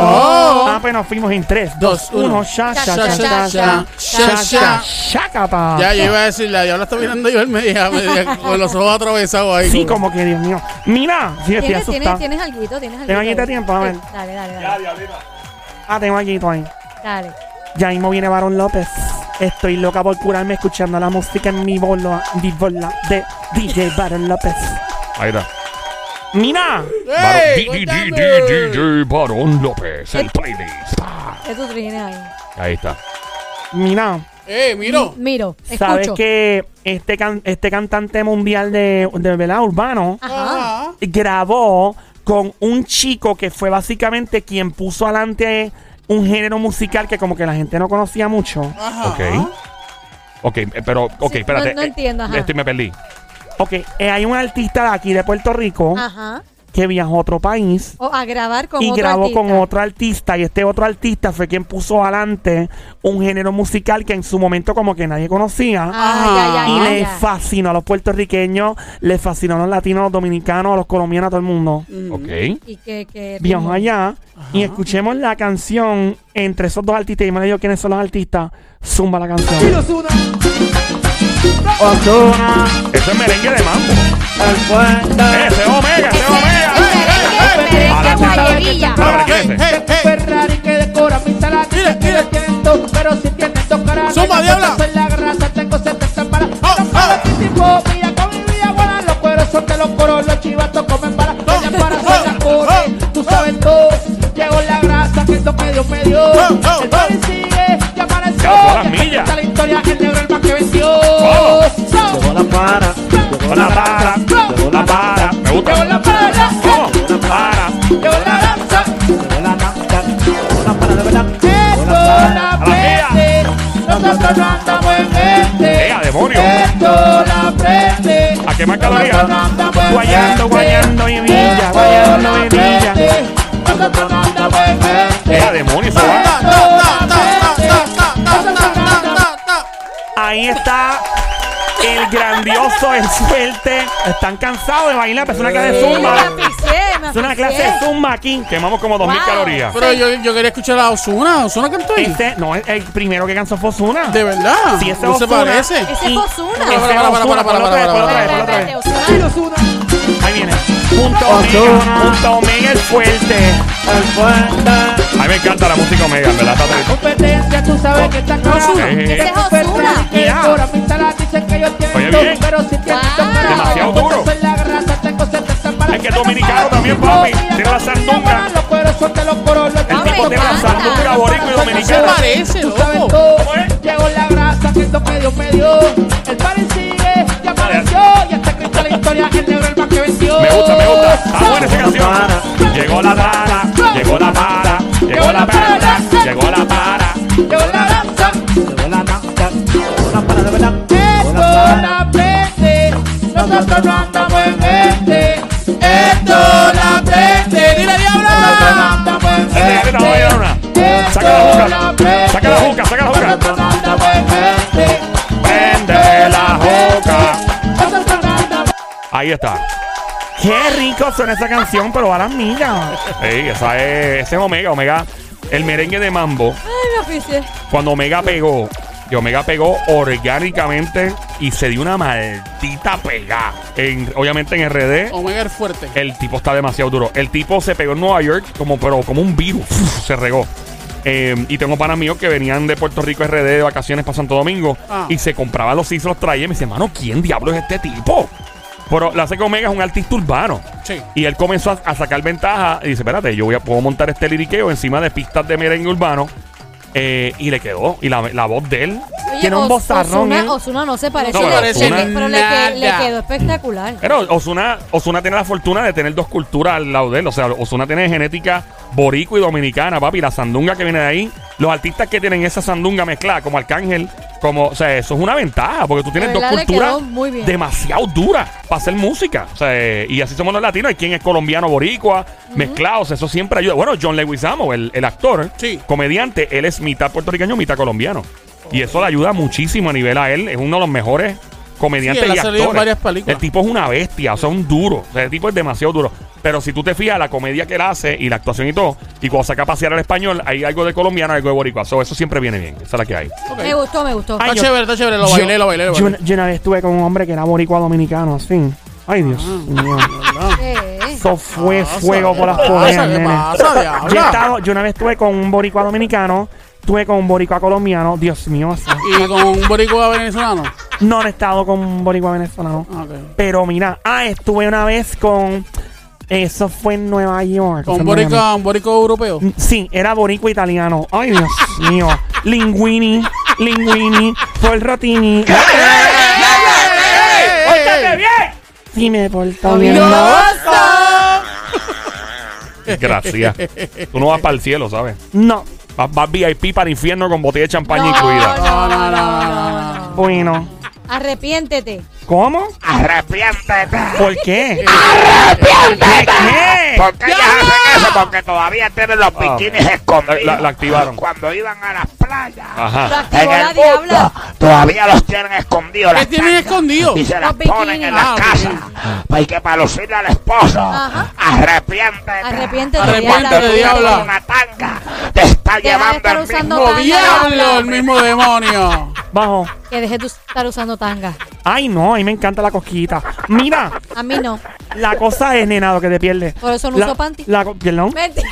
S2: Ah, pues nos fuimos en 3,
S5: Dos,
S2: 2,
S5: uno.
S2: 1. Sha, sha, sha, sha, sha.
S5: Sha,
S2: Sha,
S5: sha.
S2: sha, shakata.
S5: Ya, yo iba a decirla, yo la estoy mirando yo el media,
S2: (laughs)
S5: media, con los ojos atravesados ahí.
S2: Sí, como que Dios mío. Mira, sí, estoy
S4: ¿Tienes, tienes,
S2: asustado.
S4: tienes alguito, tienes alguito.
S2: Tengo aquí este tiempo, a ver.
S4: Dale, dale, dale.
S2: Ah, tengo aquí todo ahí.
S4: dale.
S2: Ya mismo viene Barón López. Estoy loca por curarme escuchando la música en mi bola, mi bola de DJ Barón López.
S1: Ahí está.
S2: Mira,
S1: Barón-
S5: ¡Ey!
S1: Di- di- di-
S5: cuéntame.
S1: di- DJ Barón López,
S4: Eh.
S1: el playlist. Ah,
S4: ¿Qué tú tienes ahí?
S1: Ahí está.
S2: mira.
S5: ¡Eh, miro!
S4: Miro,
S2: Sabes
S4: escucho.
S2: que este, can- este cantante mundial de, de ¿verdad? urbano
S4: Ajá.
S2: Ah. grabó con un chico que fue básicamente quien puso adelante un género musical que como que la gente no conocía mucho.
S4: Ah.
S5: Ajá.
S1: Ok. Ok, eh, pero, ok,
S4: Sí,
S1: espérate.
S4: no- no
S1: eh,
S4: entiendo, ajá.
S1: Estoy me perdí.
S2: Ok, eh, hay un artista de aquí de Puerto Rico
S4: Ajá.
S2: que viajó a otro país
S4: O a grabar Ah. con
S2: y
S4: otro
S2: grabó
S4: artista.
S2: con otro artista y este otro artista fue quien puso adelante un género musical que en su momento como que nadie conocía.
S4: Ah,
S2: Y
S4: ya, ya, ya,
S2: le
S4: ya.
S2: fascinó a los puertorriqueños, le fascinó a los latinos, a los dominicanos, a los colombianos, a todo el mundo.
S4: Mm.
S1: Ok.
S4: Y que, que
S2: Viajamos allá y escuchemos la canción entre esos dos artistas. Y me digo quiénes son los artistas. Zumba la canción. Ozuna,
S1: Eso es merengue de mambo.
S2: el fuerte.
S1: Ese es Omega, ese es
S5: Ah.
S1: Omega.
S4: merengue, merengue,
S1: Adelante.
S4: guayabilla.
S1: Ahora, ¿qué
S5: ¡Hey,
S1: dice?
S5: hey, hey!
S3: Ferrari que decora mi sala
S5: Mira, mira.
S3: siento, pero si tienes dos caras
S5: Zumba,
S3: no
S5: diabla.
S3: soy la grasa, tengo 70 para
S5: Oh, oh.
S3: tipo, mira con mi vida buena Los cueros son de los coros, los chivatos comen para Ellas para
S5: oh,
S3: hacer las
S5: oh,
S3: cosas, tú sabes todo Llegó la grasa, que es lo que Dios me dio
S5: Oh, oh,
S3: El party sigue, ya apareció
S1: Ya bajó las
S3: Ya
S1: millas.
S3: está la historia, el negro el más que venció
S1: Oh.
S3: So,
S1: Llegó la para, llegó la para. Me gusta.
S3: Llegó la para.
S1: ¿Cómo? Para.
S3: Llegó la danza
S1: A
S3: Esto
S1: la
S3: la prende, nosotros no andamos en mente.
S1: ¡Ea, demonio!
S3: Esto la prende,
S1: ¿A quemar
S3: nosotros
S1: calorías?
S3: no andamos en
S2: Guayando,
S3: mente.
S2: guayando y villa,
S3: Esto
S2: guayando
S3: la
S2: y villa.
S3: prende, nosotros
S1: Era demonio, eso va.
S2: Ahí está el grandioso, el fuerte. Están cansados de bailar, pero es una clase de
S4: Me
S2: zumba.
S4: apisé, me
S2: Es una
S4: apisé.
S2: clase de zumba aquí.
S1: Quemamos como 2000
S4: Wow.
S1: calorías.
S5: Pero yo, yo quería escuchar a Osuna. Osuna cantó ahí.
S2: Este, no, el, el primero que cansó fue Ozuna.
S5: De verdad.
S2: Sí, ese
S5: no se
S2: Ozuna.
S5: parece.
S4: Ese es
S2: Y-
S4: Ozuna.
S2: Ese es
S5: Para, para, para, para,
S2: Ozuna, ponlo otra vez,
S5: para,
S2: ponlo otra
S5: para,
S2: vez, ponlo otra
S4: Espérate,
S2: vez.
S4: espérate, Ozuna.
S2: Ahí viene. Punto Omega. Punto Omega el fuerte.
S1: A mí me encanta la música Omega, en ¿verdad? Está tremendo.
S3: Competencia, tú sabes que está cabrón.
S1: Ese
S3: Que
S1: es
S3: tú puedes
S4: Ozuna.
S3: traer que
S2: Ya.
S3: ahora mis talas dicen que yo tengo
S1: Oye,
S3: todo,
S1: bien.
S3: pero si tienes
S4: Wow.
S3: dos caras,
S1: Demasiado
S3: pues
S1: duro.
S3: soy la garraza, tengo setenta para-
S1: Es que es dominicano también, papi. Tiene la sandunga.
S3: Los cueros son de los coros, los
S1: El
S4: Papi,
S1: tipo tiene la
S4: encanta.
S1: sandunga boricua y
S5: Se
S1: dominicana.
S5: parece,
S3: saben
S5: loco.
S3: todo.
S1: ¿Cómo es?
S3: Llegó la grasa que es lo que Dios me dio. El padre sigue, ya apareció. Y hasta Cristo la historia, el negro el más que venció.
S1: Me gusta, me gusta. Ah,
S2: Ah,
S1: Está buena esa canción. Llegó la para, llegó la para, llegó la para, llegó la para.
S3: Llegó la grasa. Esto la prende. Nosotros no andamos en vente. Esto la prende.
S5: ¡Dile, diablo!
S3: Nosotros no andamos en
S1: Vete, vete, vamos a bailar una.
S3: vente.
S1: Saca la
S3: Esto
S1: juca.
S3: prende.
S1: Saca la juca, saca la juca.
S3: Nosotros no andamos en vente.
S1: Prende la joca.
S3: Nosotros no andamos en
S1: Ahí está.
S2: Qué rico suena esa canción, pero a las millas.
S1: Ey, esa es, ese es Omega, Omega. El merengue de mambo.
S4: Ay, me apisé.
S1: Cuando Omega pegó, y Omega pegó orgánicamente y se dio una maldita pegada. En, obviamente en RD.
S5: Omega el fuerte.
S1: El tipo está demasiado duro. El tipo se pegó en Nueva York como, pero como un virus. Se regó. Eh, y tengo panas míos que venían de Puerto Rico RD de vacaciones para Santo Domingo
S5: Ah.
S1: y se compraban los islos, los traía y me dice, mano, ¿quién diablo es este tipo? Pero la Seca Omega es un artista urbano.
S5: Sí.
S1: Y él comenzó a, a sacar ventaja y dice, espérate, yo voy a, puedo montar este liriqueo encima de pistas de merengue urbano. Eh, y le quedó. Y la, la voz de él.
S4: Oye,
S2: Tiene un
S4: Oz-
S2: bozarrón,
S4: Ozuna-
S2: ¿eh?
S4: Ozuna no se parece.
S1: No,
S4: le-
S1: parece
S4: le- pero le, que- le
S5: nada.
S4: quedó espectacular.
S1: Pero Osuna, Osuna tiene la fortuna de tener dos culturas al lado de él. O sea, Osuna tiene genética boricua y dominicana, papi. La sandunga que viene de ahí. Los artistas que tienen esa sandunga mezclada, como Arcángel, como. O sea, eso es una ventaja, porque tú tienes
S4: De
S1: dos
S4: verdad, le
S1: culturas
S4: quedó muy bien.
S1: demasiado duras para hacer música. O sea, eh, y así somos los latinos. Hay quien es colombiano, boricua, mezclados. eso siempre ayuda. Bueno, John Leguizamo, el, el actor,
S5: Sí.
S1: comediante, él es mitad puertorriqueño, mitad colombiano. Y eso le ayuda muchísimo a nivel a él. Es uno de los mejores comediantes
S5: Sí, él
S1: y
S5: ha salido en
S1: actores.
S5: varias películas.
S1: El tipo es una bestia, o sea, un duro. O sea, el tipo es demasiado duro. Pero si tú te fijas la comedia que él hace y la actuación y todo, y cuando saca a pasear al español, hay algo de colombiano, algo de boricua. So, eso siempre viene bien. Esa es la que hay.
S4: Me gustó, me gustó.
S5: Está
S2: yo-
S5: chévere, está chévere. Lo
S2: Yo-
S5: bailé, lo bailé, lo
S2: Yo,
S5: bailé.
S2: yo una vez estuve con un hombre que era boricua dominicano, así. Ay, Dios mío.
S4: Sí.
S2: Eso fue
S5: Pasa,
S2: fuego por las
S5: ¿qué Ah. pasa?
S2: poderas,
S5: ¿Qué
S2: nene.
S5: pasa,
S2: Yo, he
S5: diabla?
S2: estado- yo una vez estuve con un boricua dominicano, estuve con un boricua colombiano. Dios mío, así.
S5: Y con un boricua venezolano.
S2: No, no he estado con un boricua venezolano.
S5: Ah, ok.
S2: Pero mira, ah, estuve una vez con. Eso fue en Nueva York.
S5: Con
S2: Fue
S5: un
S2: en
S5: boricua, un boricua europeo.
S2: Miami. Mm, Sí, era boricua italiano. Ay, Dios mío. Linguini, linguini, polrotini.
S1: ¡Pórtate bien!
S2: Sí, me portó bien.
S1: Gracias. tú no vas para el cielo, ¿sabes?
S2: No,
S1: Vas, vas VIP para el infierno con botella de champaña incluida.
S4: No, no, no, no, no.
S2: bueno.
S4: Arrepiéntete.
S2: ¿Cómo?
S9: Arrepiéntete.
S2: ¿Por qué? ¿Qué?
S9: ¿Por qué ellas hacen eso? Porque todavía tienen los bikinis escondidos.
S1: Ah, La- la- la activaron.
S9: Cuando iban a las playas. (laughs)
S4: Lo
S1: Ajá.
S9: En
S4: activó la
S9: el mundo,
S4: diabla.
S9: todavía los tienen escondidos.
S5: ¿Qué
S9: las
S5: tienen
S9: tangas,
S5: escondido?
S9: Y se las
S4: Los
S9: ponen en la
S4: bikinis.
S5: Ah,
S9: casa. Para que para lucirle al esposo.
S4: Ajá.
S1: Ah,
S9: Arrepiéntete.
S4: Arrepiéntete,
S5: Arrepiéntete, diabla.
S9: Una tanga te está
S4: Deja de
S9: llevando
S4: estar
S9: el
S4: usando
S9: mismo.
S5: ¡Oh,
S4: tanga,
S5: diablo!
S4: diabla.
S5: El mismo demonio.
S2: Bajo.
S4: Que dejes de estar usando tanga.
S2: Ay, no, a mí me encanta la cosquillita. Mira,
S4: A mí no.
S2: la cosa es, nenado, que te pierdes.
S4: Por eso no
S2: la,
S4: uso panty.
S2: La, co- ¿Perdón?
S4: Mentira.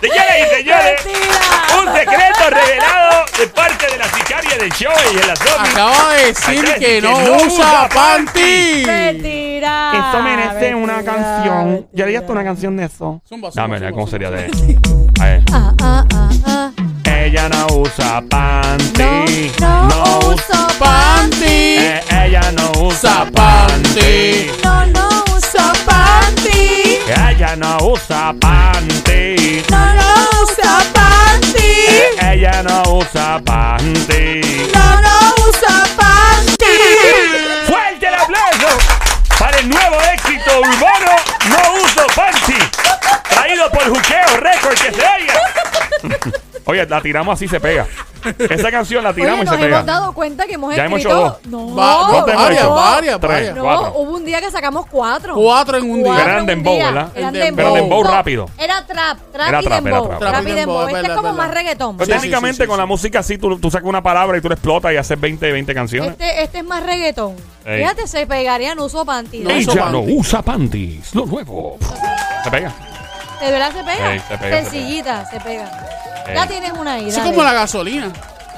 S1: Señoras y señores,
S4: Mentira.
S1: un secreto revelado de parte de la sicaria del show y de la zombie.
S5: Acaba de decir
S1: Acaba de
S5: que no usa panty.
S4: Mentira.
S2: Eso merece una
S4: Ah, Mentira, Ah,
S2: canción. Yo leí
S4: mentira.
S2: hasta una canción de eso.
S5: Zumba, zumba,
S1: Ah, Dame,
S5: zumba,
S1: ¿cómo
S5: zumba.
S1: sería de.?
S4: (laughs)
S1: A ver.
S4: Ah, ah, ah, ah.
S1: Ella no usa
S4: No,
S1: panty.
S4: no, uso
S5: Panty.
S1: Eh, ella no usa
S5: Usa
S1: panty.
S5: panty.
S4: No, no uso panty.
S1: Ella no usa panty.
S4: No, no usa panty.
S1: Eh, Ella no usa panty.
S4: No, no usa panty.
S1: ¡Fuerte el aplauso! Para el nuevo éxito urbano, no la tiramos así, se pega. Esa canción la
S4: Oye,
S1: tiramos
S4: nos
S1: y se pega.
S4: hemos dado cuenta que hemos
S1: Ya hemos
S4: escrito.
S1: hecho
S4: No,
S5: Va- no,
S1: Dos de
S5: varias,
S1: nuestro.
S5: varias,
S1: Tres,
S5: varias.
S4: no,
S1: cuatro.
S4: hubo un día que sacamos cuatro.
S5: Cuatro en un día.
S4: Cuatro
S1: Pero eran
S4: en un
S1: dembow,
S4: día.
S1: ¿verdad?
S4: Eran
S5: Pero
S4: dembow.
S1: dembow
S4: No,
S1: rápido.
S4: Era trap, trap
S1: Era
S4: y
S1: trap, era
S4: dembow.
S1: trap.
S4: Trap y dembow.
S5: es
S4: Este es
S5: verdad,
S4: como
S5: es
S4: más
S5: verdad.
S4: reggaetón.
S1: Pero
S5: Sí, sí,
S1: Pues técnicamente
S5: sí, sí,
S1: con la
S5: sí.
S1: música así, tú, tú sacas una palabra y tú la explotas y haces 20, 20 canciones.
S4: Este, este es más reggaetón.
S1: Ey.
S4: Fíjate, se pegarían uso panty.
S5: No, eso
S1: Ella no
S5: panties.
S1: usa panties, lo nuevo. Se pega.
S4: De verdad se pega.
S1: Ey, se pega, se
S4: Sencillita, se pega.
S1: Ey.
S4: Ya tienes una ahí.
S5: Eso es
S4: dale.
S5: como la gasolina.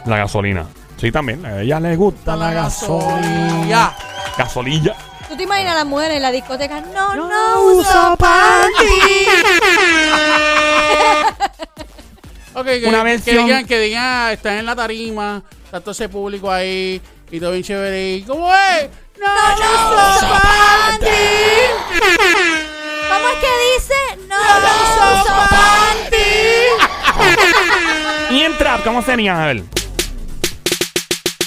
S1: La gasolina. Sí, también. A ella le gusta la gasolina.
S5: Ya.
S1: Gasolilla.
S4: Tú te imaginas a las mujeres en la discoteca. No, no,
S2: uso
S5: Ok, que,
S2: Una
S5: que
S2: versión.
S5: digan, que digan, ah, están en la tarima, está todo ese público ahí, y todo bien chévere, y ¿cómo es? No, no, no,
S4: uso ¿Cómo es que dice? No, no, uso
S2: Y en trap, ¿cómo sería? A ver.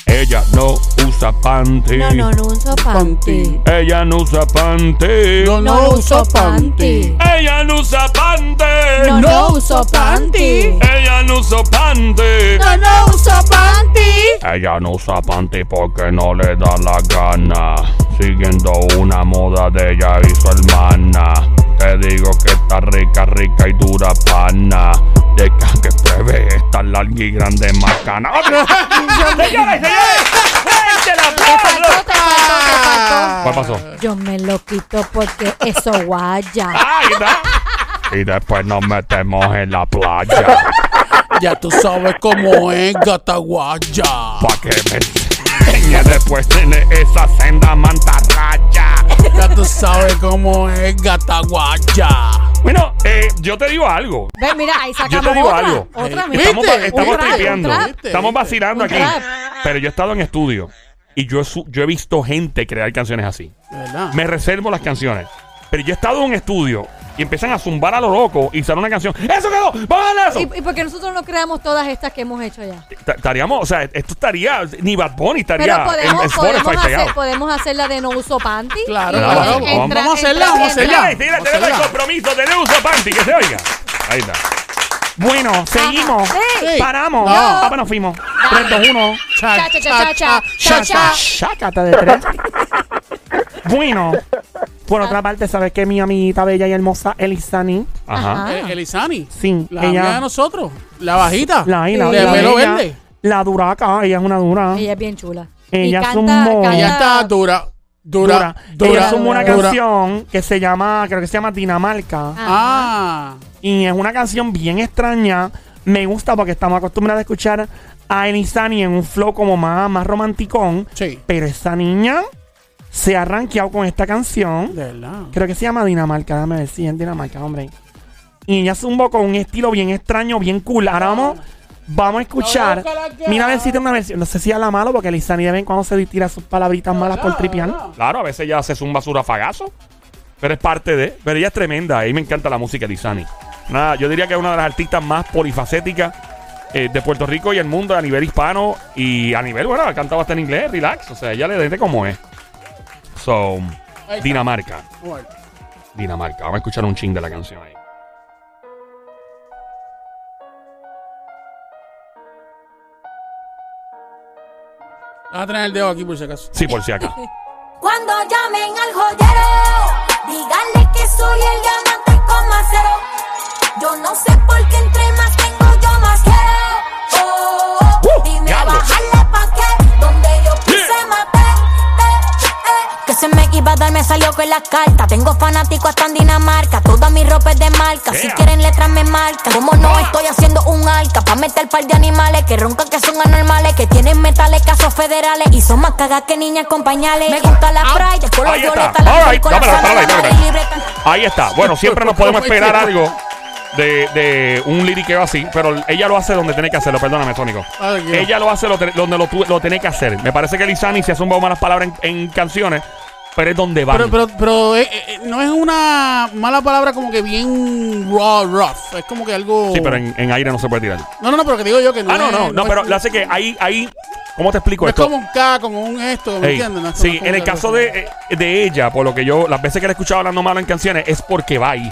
S1: Ella no usa panties.
S4: No, no, no uso panty.
S1: Ella no usa panties.
S5: Yo
S4: No, no uso panty.
S1: Ella no usa panties.
S4: No, no uso panty.
S1: Ella no usa panties.
S4: No, no uso panty.
S1: Ella no usa panty porque no le da la gana. Siguiendo una moda de ella y su hermana. Te digo que está rica, rica y dura pana. Deja que pruebe esta larga y grande macana.
S4: (laughs)
S1: ¡Señores, señores! ¡Fuerte la
S4: Faltó, te faltó, te
S5: Ah.
S4: faltó.
S1: ¿Cuál pasó?
S4: Yo me lo quito porque eso guaya.
S1: ¡Ahí está! Ah, Y después nos metemos en la playa.
S5: Ya tú sabes cómo es Gataguaya.
S1: Pa' que me enseñe después tiene esa senda mantarraya.
S5: Ya tú sabes cómo es Gataguaya.
S1: Bueno, eh, yo te digo algo.
S4: Ven, mira, ahí
S1: Yo
S4: sacamos
S1: te digo
S4: otra.
S1: algo.
S4: Otra, mira.
S1: Estamos,
S5: ¿Viste?
S1: estamos
S4: Un trap,
S1: tripeando.
S4: un trap.
S1: Estamos vacilando
S4: Un
S1: aquí.
S4: trap.
S1: Pero yo he estado en estudio y yo he, su- yo he visto gente crear canciones así.
S5: De ¿Verdad?
S1: Me reservo las canciones. Pero yo he estado en un estudio y empiezan a zumbar a lo loco y sale una canción. ¡Eso quedó! ¡Vamos a eso!
S4: ¿Y, y por qué nosotros no creamos todas estas que hemos hecho ya?
S1: Ta- Estaríamos, o sea, esto estaría, ni Bad Bunny estaría
S4: Pero podemos,
S1: en Spotify
S4: podemos,
S1: pegado.
S4: hacer, podemos hacer la de no uso panty.
S5: Claro,
S4: Y
S1: claro.
S4: entonces
S1: Vamos,
S5: vamos a hacerla, vamos a hacerla.
S1: Señores, señores,
S5: Vamos a
S1: tenemos el
S5: hacerla.
S1: compromiso de Neuso Panty, que se oiga. Ahí está.
S2: Bueno, seguimos.
S4: Sí.
S5: Sí.
S2: Paramos.
S5: No.
S2: Ah, bueno, fuimos. 3, 2, 1.
S4: Cha, cha, cha, cha, cha, cha.
S2: Chácate de tres. bueno, por otra parte, ¿sabes que mi amiguita bella y hermosa Elisani?
S1: Ajá.
S4: Ajá.
S5: Eh, Elizani.
S2: Sí,
S5: La
S2: ella-
S5: amiga de nosotros. La bajita.
S2: La isla.
S5: De
S2: la
S5: pelo
S2: bella,
S5: verde.
S2: La duraca, ella es una dura.
S4: Ella es bien chula.
S2: Ella
S4: y
S2: es
S4: canta,
S2: un mo-
S4: canta-
S5: Ella está dura. Dura.
S2: dura.
S5: Dura.
S2: ella sumó una
S5: dura.
S2: canción que se llama, creo que se llama Dinamarca.
S4: Ajá.
S5: Ah.
S2: Y es una canción bien extraña. Me gusta porque estamos acostumbrados a escuchar a Elisani en un flow como más, más romanticón.
S5: Sí.
S2: Pero esta niña se ha rankeado con esta canción.
S5: De verdad.
S2: Creo que se llama Dinamarca, déjame ver si es en Dinamarca, hombre. Y ella zumbó con un estilo bien extraño, bien cool. Ahora vamos, vamos a escuchar. Mira a ver si tiene una versión. No sé si habla malo, porque Lizani de vez en cuando se tira sus palabritas malas por tripiar.
S1: Claro, a veces ya se zumba su rafagazo. Pero es parte de. Pero ella es tremenda. A mí me encanta la música de Lizani. Nada, yo diría que es una de las artistas más polifacéticas eh, de Puerto Rico y el mundo a nivel hispano. Y a nivel, bueno, ha cantado hasta en inglés, relax. O sea, ella le dice como es. So,
S5: Ahí está.
S1: Dinamarca.
S5: Bueno.
S1: Dinamarca. Vamos a escuchar un ching de la canción ahí.
S5: Vas a tener el dedo aquí por si acaso.
S1: Sí, por si acá.
S10: Cuando llamen al joyero, díganle que soy el diamante coma cero. Yo no sé por qué entre más tengo yo más quiero. Oh, oh, oh.
S1: Uh,
S10: Dime
S1: diablo.
S10: bajarle pa' qué, donde yo puse
S1: Yeah.
S10: maté. eh, eh. Que se me iba a dar, me salió con las cartas. Tengo fanáticos hasta en Dinamarca. Toda mi ropa es de marca. Si
S1: Yeah.
S10: quieren letras me marcan. Como no estoy haciendo un arca. Pa' meter par de animales que roncan que son anormales. Que tienen metales, casos federales. Y son más cagas que niñas con pañales. Me gusta la fray, de color
S1: Ah, Ahí está.
S10: violeta. La
S1: All
S10: right.
S1: right.
S10: con
S1: Dámela,
S10: la
S1: dámela,
S10: sábana,
S1: dámela.
S10: la libreta.
S1: Ahí está. Bueno,
S5: (laughs)
S1: siempre nos podemos esperar algo de, de un liriqueo así, pero ella lo hace donde tiene que hacerlo. Perdóname, Sónico.
S5: Ay, Dios.
S1: Ella lo hace lo te- donde lo, tu- lo tiene que hacer. Me parece que Lizani se hace un poco malas palabras en, en canciones, pero es donde va.
S5: Pero, pero, pero eh, eh, no es una mala palabra como que bien raw, rough. Es como que algo.
S1: sí, pero en, en aire no se puede tirar.
S5: No, no, no, pero que digo yo que no.
S1: Ah, no,
S5: es-
S1: no, no,
S5: es-
S1: pero lo hace que ahí, ahí, ¿cómo te explico
S5: pues no es
S1: esto?
S5: como un K, como un esto, ¿me
S1: Ey,
S5: entiendes? No es- no
S1: sí,
S5: es como
S1: en el
S5: que-
S1: caso de, eh, de ella, por lo que yo, las veces que la he escuchado hablando mal en canciones, es porque va ahí.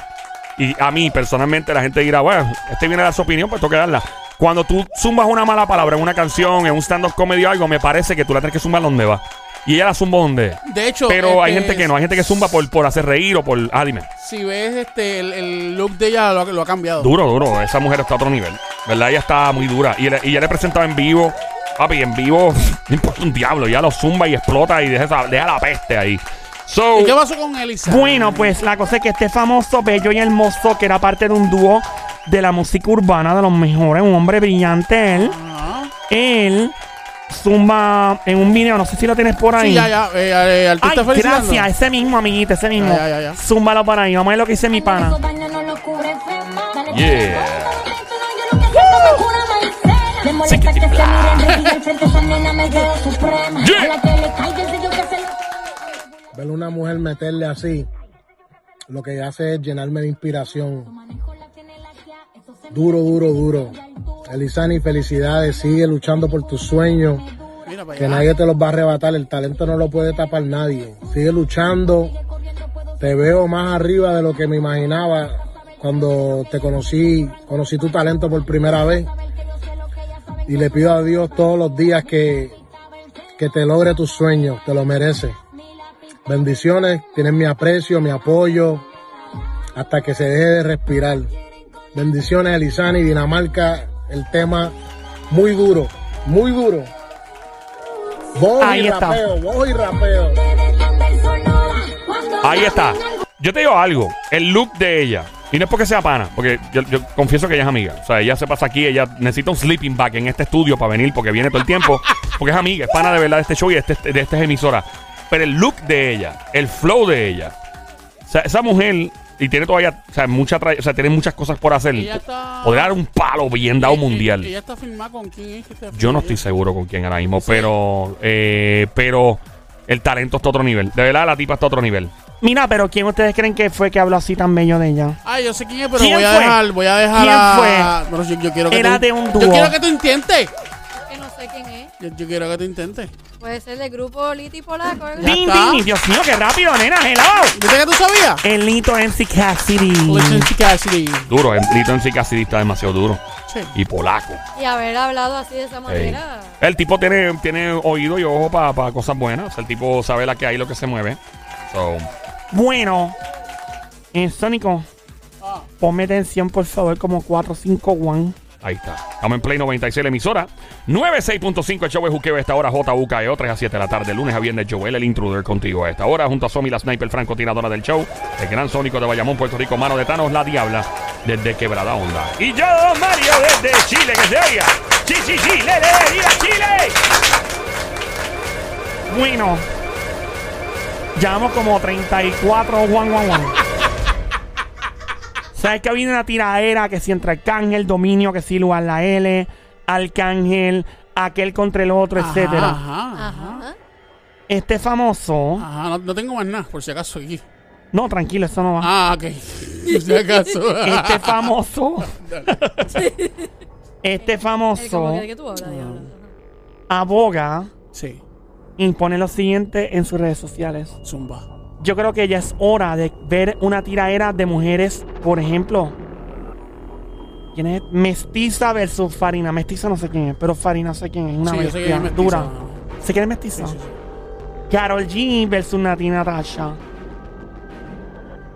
S1: Y a mí, personalmente, la gente dirá, bueno, este viene a dar su opinión, pues tengo que darla. Cuando tú zumbas una mala palabra en una canción, en un stand-up comedy o algo, me parece que tú la tienes que zumbar donde va. Y ella la zumba donde. es.
S5: De hecho,
S1: Pero hay
S5: este,
S1: gente que no, hay gente que zumba por, por hacer reír o por. Ah, dime.
S5: Si ves este el, el look de ella, lo, ha- lo ha cambiado.
S1: Duro, duro. Esa mujer está a otro nivel. ¿Verdad? Ella está muy dura. Y, le- y ya le presentaba en vivo. Papi, en vivo. (laughs) No importa un diablo. Ya lo zumba y explota y deja, esa- deja la peste ahí. So.
S5: ¿Y qué pasó con Elisa?
S2: Bueno, pues la cosa es que este famoso, bello y hermoso, que era parte de un dúo de la música urbana de los mejores, un hombre brillante él. Él zumba en un video, no sé si lo tienes por ahí.
S5: Sí, ya, ya. eh, eh,
S2: Ay,
S5: artista felicitando.
S2: gracias, ese mismo, amiguito, ese mismo.
S5: Ya, ya, ya, ya.
S2: Zúmbalo por ahí, vamos a ver lo que dice mi pana.
S1: Yeah.
S8: Ver una mujer meterle así, lo que hace es llenarme de inspiración. Duro, duro, duro. Elizani, felicidades, sigue luchando por tus sueños,
S5: Mira para
S8: que
S5: allá.
S8: nadie te los va a arrebatar, el talento no lo puede tapar nadie. Sigue luchando, te veo más arriba de lo que me imaginaba cuando te conocí, conocí tu talento por primera vez. Y le pido a Dios todos los días que, que te logre tus sueños, te lo mereces. Bendiciones, tienes mi aprecio, mi apoyo, hasta que se deje de respirar. Bendiciones, Elizani, Dinamarca, el tema muy duro, muy duro. Voz
S2: Ahí
S8: y
S2: está.
S8: rapeo, voz y rapeo.
S1: Ahí está. Yo te digo algo. El look de ella. Y no es porque sea pana, porque yo, yo confieso que ella es amiga. O sea, ella se pasa aquí, ella necesita un sleeping bag en este estudio para venir porque viene todo el tiempo. Porque es amiga, es pana de verdad de este show y de, este, de estas emisoras. Pero el look de ella, el flow de ella. O sea, esa mujer, y tiene todavía, o sea, mucha tra- o sea, tiene muchas cosas por hacer.
S5: Ella está-
S1: Podría dar un palo bien dado
S5: Eh,
S1: mundial.
S5: eh, Ella está firmada con quién es que está
S1: Yo no
S5: firmada?
S1: estoy seguro con quién ahora mismo, pero, eh, pero el talento está a otro nivel. De verdad, la tipa está a otro nivel.
S2: Mira, pero ¿quién ustedes creen que fue que habló así tan bello de ella?
S5: Ah, yo sé quién es, pero
S2: ¿Quién
S5: voy a
S2: fue?
S5: dejar, voy a dejar
S2: ¿Quién
S5: a- Bueno, yo, yo quiero que
S2: Era
S5: tú-
S2: de un
S5: Yo
S2: dúo.
S5: quiero que tú intentes.
S4: (laughs) Que no sé quién es.
S5: Yo, yo quiero que tú intentes.
S4: Puede ser del grupo Liti Polaco. ¿eh?
S5: Ya
S2: ¡Ding,
S5: está.
S2: ding! Dios mío, qué rápido, nena, hello.
S5: ¿Viste que tú sabías?
S2: Elito MC Cassidy.
S5: Listen to Cassidy.
S1: Duro, el Little MC Cassidy está demasiado duro.
S5: Sí.
S1: Y polaco.
S4: Y haber hablado así de esa
S1: Ey.
S4: manera.
S1: El tipo tiene, tiene oído y ojo para cosas buenas. O sea, el tipo sabe la que hay, lo que se mueve. So,
S2: Bueno, eh, Sónico, ponme atención, por favor, como 451.
S1: ahí está. Estamos en Play 96, la emisora. 96.5, el show es Juqueo a esta hora. JUKEO, 3 E a 7 de la tarde. Lunes a viernes, Joel, el intruder contigo a esta hora. Junto a Somi, la sniper francotiradora del show. El gran sónico de Bayamón, Puerto Rico. Mano de Thanos, la diabla. Desde Quebrada Onda. Y yo, Mario, desde Chile, que se oiga. Sí, sí, sí, le, le, viva Chile.
S2: Bueno, llevamos como 34 Juan Juan (laughs) Juan. ¿Sabes que viene una tiradera que si entre Arcángel, Dominio, que si lugar la L, Arcángel, aquel contra el otro, etcétera?
S4: Ah.
S5: Ajá, ajá.
S4: Ajá.
S2: Este famoso.
S5: Ajá, no, no tengo más nada, por si acaso aquí.
S2: No, tranquilo, eso no va.
S5: Ah, ok. (laughs) Por si
S2: (laughs)
S5: acaso.
S2: Este famoso. este
S4: El como
S2: famoso
S4: que, que tú hablas, diablo.
S2: aboga
S5: Sí,
S2: impone lo siguiente en sus redes sociales.
S5: zumba.
S2: Yo creo que ya es hora de ver una tiraera de mujeres, por ejemplo. ¿Quién es? Mestiza versus Farina. Mestiza no sé quién es, pero Farina sé quién es. Una
S5: Sí, yo sé
S2: bestia
S5: quién es Mestiza.
S2: dura. ¿Se quiere mestiza?
S5: Sí, sí, sí.
S2: Carol G versus Natina Tasha.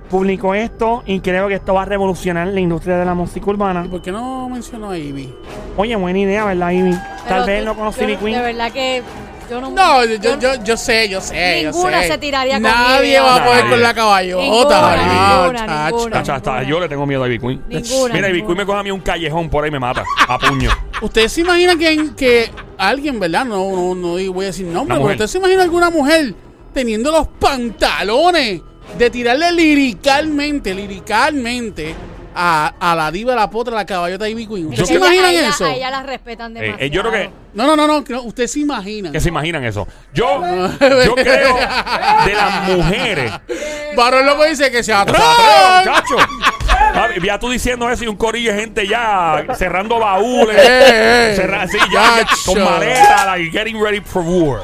S2: Publicó esto y creo que esto va a revolucionar la industria de la música urbana.
S5: ¿Y por qué no mencionó a Ivy?
S2: Oye, buena idea, ¿verdad, Ivy? Tal
S4: Pero
S2: vez
S4: tú-
S2: no conocí
S4: yo
S2: mi
S4: De
S2: Queen.
S4: verdad que yo no.
S5: No, yo, yo, yo sé, yo sé. yo
S4: Ninguna
S5: sé.
S4: se tiraría con
S5: Nadie
S4: Ivy,
S5: va a
S1: ¿no?
S5: poder con
S1: Nadie.
S5: la caballota.
S4: Ninguna, ninguna,
S5: chacho.
S4: ninguna.
S1: Tacho, hasta yo le tengo miedo a Ivy Queen.
S4: Ninguna,
S1: Mira, Ivy
S4: ninguna.
S1: Queen me coge a mí un callejón por ahí y me mata.
S5: (laughs)
S1: A puño.
S5: ¿Ustedes se imaginan que, que alguien, verdad? No, no, no digo- voy a decir nombre, pero
S1: mujer.
S5: ¿ustedes se imaginan alguna mujer teniendo los pantalones de tirarle liricalmente, liricalmente a, a la diva, la potra, la caballota Ivy Queen? ¿Ustedes
S4: Pero es
S5: se
S4: que
S5: imaginan
S4: a ella-
S5: eso?
S4: A ella las respetan
S1: Eh,
S4: demasiado.
S1: eh, yo creo que,
S5: No, no, no, no, que no, ustedes se imaginan.
S1: que se imaginan eso.
S5: (laughs)
S1: Yo, yo creo de las mujeres.
S5: Barón loco dice que se
S1: Patrón,
S5: atrae.
S1: chacho. Papi, Ya tú diciendo eso y un corillo de gente ya
S5: (laughs)
S1: cerrando baúles.
S5: Eh, eh.
S1: cerra- sí, ya, ya, con
S5: Chacho.
S1: maleta, like, getting ready for war.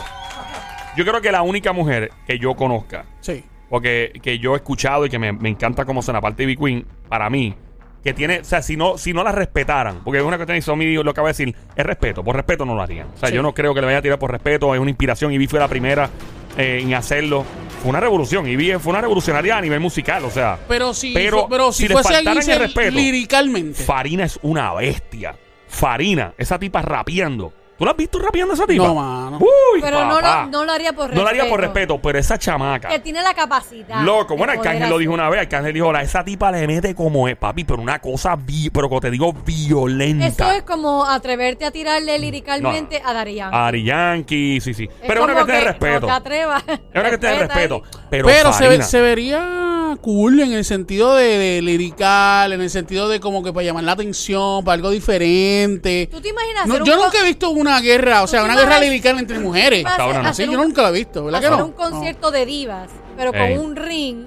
S1: Yo creo que la única mujer que yo conozca
S5: Sí.
S1: porque que yo he escuchado y que me, me encanta cómo suena aparte de Ivy Queen, para mí que tiene, o sea, si no, si no la respetaran, porque es una cuestión, y Somi lo acaba de decir, es respeto, por respeto no lo harían. O sea, yo no creo que le vaya a tirar por respeto, es una inspiración, y vi fue la primera eh, en hacerlo. Fue una revolución, y vi fue una revolucionaria a nivel musical, o sea.
S11: Pero si,
S1: Pero
S11: fu- pero si,
S1: si le
S11: fuese
S1: faltaran
S11: alguien
S1: el respeto.
S11: liricalmente.
S1: Farina es una bestia. Farina, esa tipa rapeando. ¿Tú la has visto rapeando a esa tipa?
S11: No, mano.
S1: Uy,
S4: Pero no
S1: papá.
S4: lo, no lo haría por respeto.
S1: No la haría por respeto, pero esa chamaca.
S4: Que tiene la capacidad.
S1: Loco,
S4: de
S1: bueno,
S4: poder
S1: Arcángel lo dijo
S4: hacer.
S1: una vez. Arcángel dijo: "La- Esa tipa le mete como es, papi, pero una cosa, vi- pero que te digo, violenta.
S4: Eso es como atreverte a tirarle liricalmente
S1: No, no.
S4: a Darían.
S1: Ari Yankee, sí, sí. Pero es una cuestión de respeto.
S4: No te atrevas.
S1: es una cuestión de respeto. Pero,
S11: Pero, se, ve-
S1: Farina,
S11: se vería cool en el sentido de, de lirical, en el sentido de como que para llamar la atención, para algo diferente.
S4: ¿Tú te imaginas
S11: No,
S4: hacer
S11: yo
S4: un
S11: nunca he visto una guerra, o sea,
S4: ¿Tú te
S11: una guerra
S4: imaginas-
S11: lirical entre mujeres.
S4: Hacer-
S1: Cabrón, no.
S4: hacer
S11: Así yo
S4: un-
S11: nunca la he visto, ¿verdad que
S4: hacer
S11: no?
S4: un concierto de divas, pero con
S1: Ey.
S4: un ring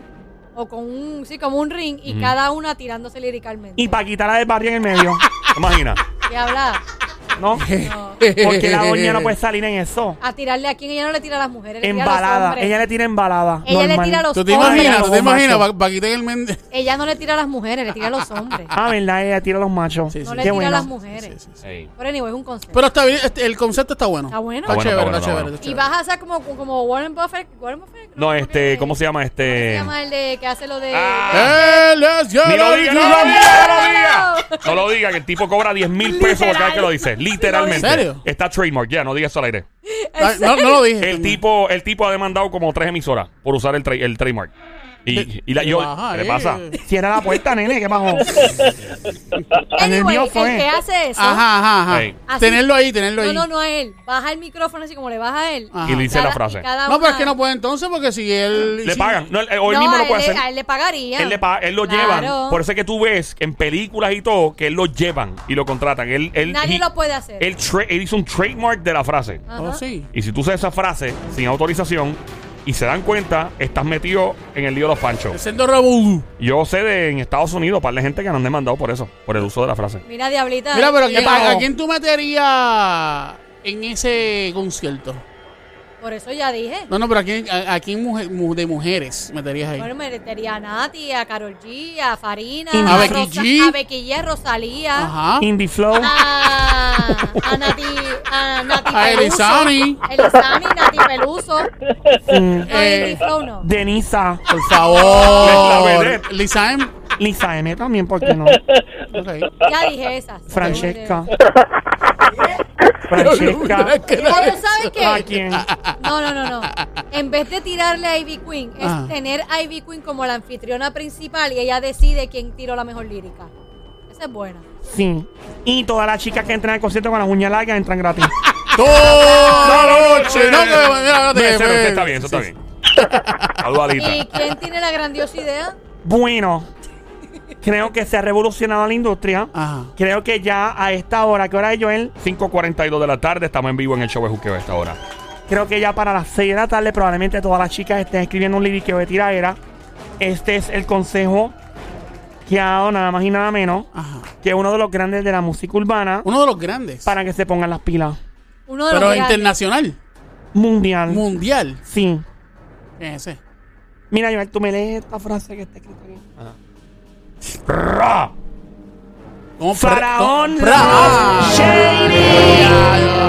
S4: o con un sí, como un ring y cada una tirándose liricalmente.
S2: Y Paquita la desbarría en el medio.
S1: imagina.
S11: (laughs)
S4: ¿Qué habla?
S2: ¿No?
S11: Eh,
S4: No.
S2: Porque la doña no puede salir en eso.
S4: A tirarle a quien (laughs) ella no le tira a las mujeres, le tira a los
S2: Embalada.
S4: hombres.
S2: Ella le tira embalada.
S4: Ella le
S2: normal.
S4: tira a los
S11: ¿Tú te
S4: hombres.
S11: imaginas? ¿Tú te
S2: Ay, no,
S11: imaginas?
S2: macho.
S11: Pa- Paquita en el Méndez.
S4: Ella no le tira a las mujeres, le tira a los hombres.
S2: Ah, ¿verdad? Ella tira a los machos.
S11: Sí, sí.
S4: No
S2: Qué
S4: le tira a
S2: bueno.
S4: las mujeres.
S1: Ey.
S4: Pero anyway, es un concepto.
S11: Pero está bien, este, el concepto está bueno.
S4: Está bueno.
S11: Está,
S1: Está
S11: chévere, está,
S1: bueno, está bueno,
S11: chévere.
S1: está
S4: y
S11: está
S4: vas a hacer como, como Warren Buffett. Warren Buffett
S1: No,
S4: creo que
S1: este,
S4: es.
S1: ¿cómo se llama
S4: ¿Cómo se
S1: este?
S4: llama este? el de que hace lo de
S1: Ah,
S11: chévere. Él es
S1: Ni lo diga, no lo
S11: Jerry
S1: diga, no lo diga. No lo diga, que el tipo cobra 10 mil pesos por cada vez que lo dice. Literalmente.
S11: ¿En serio?
S1: Está trademark, ya, no digas eso al aire.
S11: Ay, No, no lo dije.
S1: El tipo, el tipo ha demandado como tres emisoras por usar el, tra- el trademark. Y, y la, yo,
S11: Ajá,
S1: ¿qué le
S11: eh.
S1: pasa?
S2: Cierra la puerta, nene. ¿Qué pasó?
S4: Anyway,
S2: nervioso,
S4: el
S2: eh.
S4: que hace eso.
S11: Ajá, ajá, ajá.
S1: Ey.
S4: Así.
S11: Tenerlo ahí, tenerlo
S4: No,
S11: ahí.
S4: no, no a él. Baja el micrófono así como le baja a él.
S11: Ajá.
S1: (laughs) Y le dice la
S4: Cada-
S1: frase.
S4: y cada
S11: Ah. No, pero
S4: Ah, una-
S11: es que no puede entonces porque si él...
S1: Le
S11: si-
S1: pagan. No, él, o él
S4: No,
S1: mismo
S4: a
S1: lo puede
S4: él le-
S1: hacer.
S4: A él le pagaría.
S1: Él, le pa- él lo
S4: Claro.
S1: llevan. Por eso es que tú ves que en películas y todo que él lo llevan y lo contratan. Él, él,
S4: Nadie
S1: he-
S4: lo puede hacer.
S1: él, tra- él hizo un trademark de la frase.
S4: Ajá.
S11: Oh, sí.
S1: Y si tú usas esa frase sin autorización y se dan cuenta, estás metido en el lío de los
S11: El
S1: panchos.
S11: sendo revolú.
S1: Yo sé de en Estados Unidos, par de gente que nos han demandado por eso, por el uso de la frase.
S4: Mira, Diablita.
S11: Mira, pero
S4: Dios,
S11: ¿quién- ¿a, a quién tú meterías en ese concierto?
S4: Por eso ya dije.
S11: No, no, pero ¿a quién, a, a quién mujer- mu- de mujeres meterías ahí?
S4: Bueno, metería a Nati, a Carol G, a Farina,
S2: Y
S11: a Becky G.
S4: a Becky G, a Rosalía, (laughs)
S11: Ajá.
S2: Indie Flow.
S4: a, a Nati, a Nati
S11: A
S4: Peluso.
S11: Elizani.
S4: Elizani, Nati
S11: (laughs)
S4: Peluso.
S2: Mm,
S4: No,
S11: Eh,
S4: Indie Flow no.
S2: Denisa.
S11: Por
S1: La
S11: favor.
S1: vedette.
S11: Lisa M.
S2: Lisa M también, ¿por
S11: (laughs)
S2: qué no?
S11: Ok.
S4: Ya dije esas. (laughs)
S2: Francesca. Francesca.
S4: Pero ¿sabes
S2: ¿A
S4: qué?
S2: quién?
S4: No, no, no, no. En vez de tirarle a Ivy Queen, es
S11: Ah.
S4: tener a Ivy Queen como la anfitriona principal y ella decide quién tiró la mejor lírica. Esa es buena.
S2: Sí. Y todas las chicas que entran al concierto con las uñas largas
S11: (laughs)
S2: entran gratis.
S11: Toda la noche. No, que mira, espérate,
S1: Mira,
S11: que
S1: ese no,
S11: fue-
S1: ese está bien, eso está bien. Saludadita.
S4: ¿Y quién tiene la grandiosa idea?
S2: Bueno, creo que se ha revolucionado la industria.
S11: Ajá.
S2: Creo que ya a esta hora, ¿qué hora es Joel?
S1: 5.42 de la tarde, estamos en vivo en el show de Juqueo a esta hora.
S2: Creo que ya para las 6 de la tarde probablemente todas las chicas estén escribiendo un liriqueo de tiradera. Este es el consejo que ha dado nada más y nada menos
S11: Ajá.
S2: que uno de los grandes de la música urbana
S11: Uno de los grandes.
S2: para que se pongan las pilas.
S4: Uno de los
S11: pero
S4: grandes.
S11: internacional.
S2: Mundial.
S11: Mundial.
S2: sí.
S11: Ese.
S2: Mira, Joel, tú me lees esta frase que está escrita aquí.
S1: ¡Ra!
S11: ¿Cómo fue?
S2: Faraón
S11: ¿Cómo? Ra- Ah.
S2: Ross Shady.
S11: Ya, ya,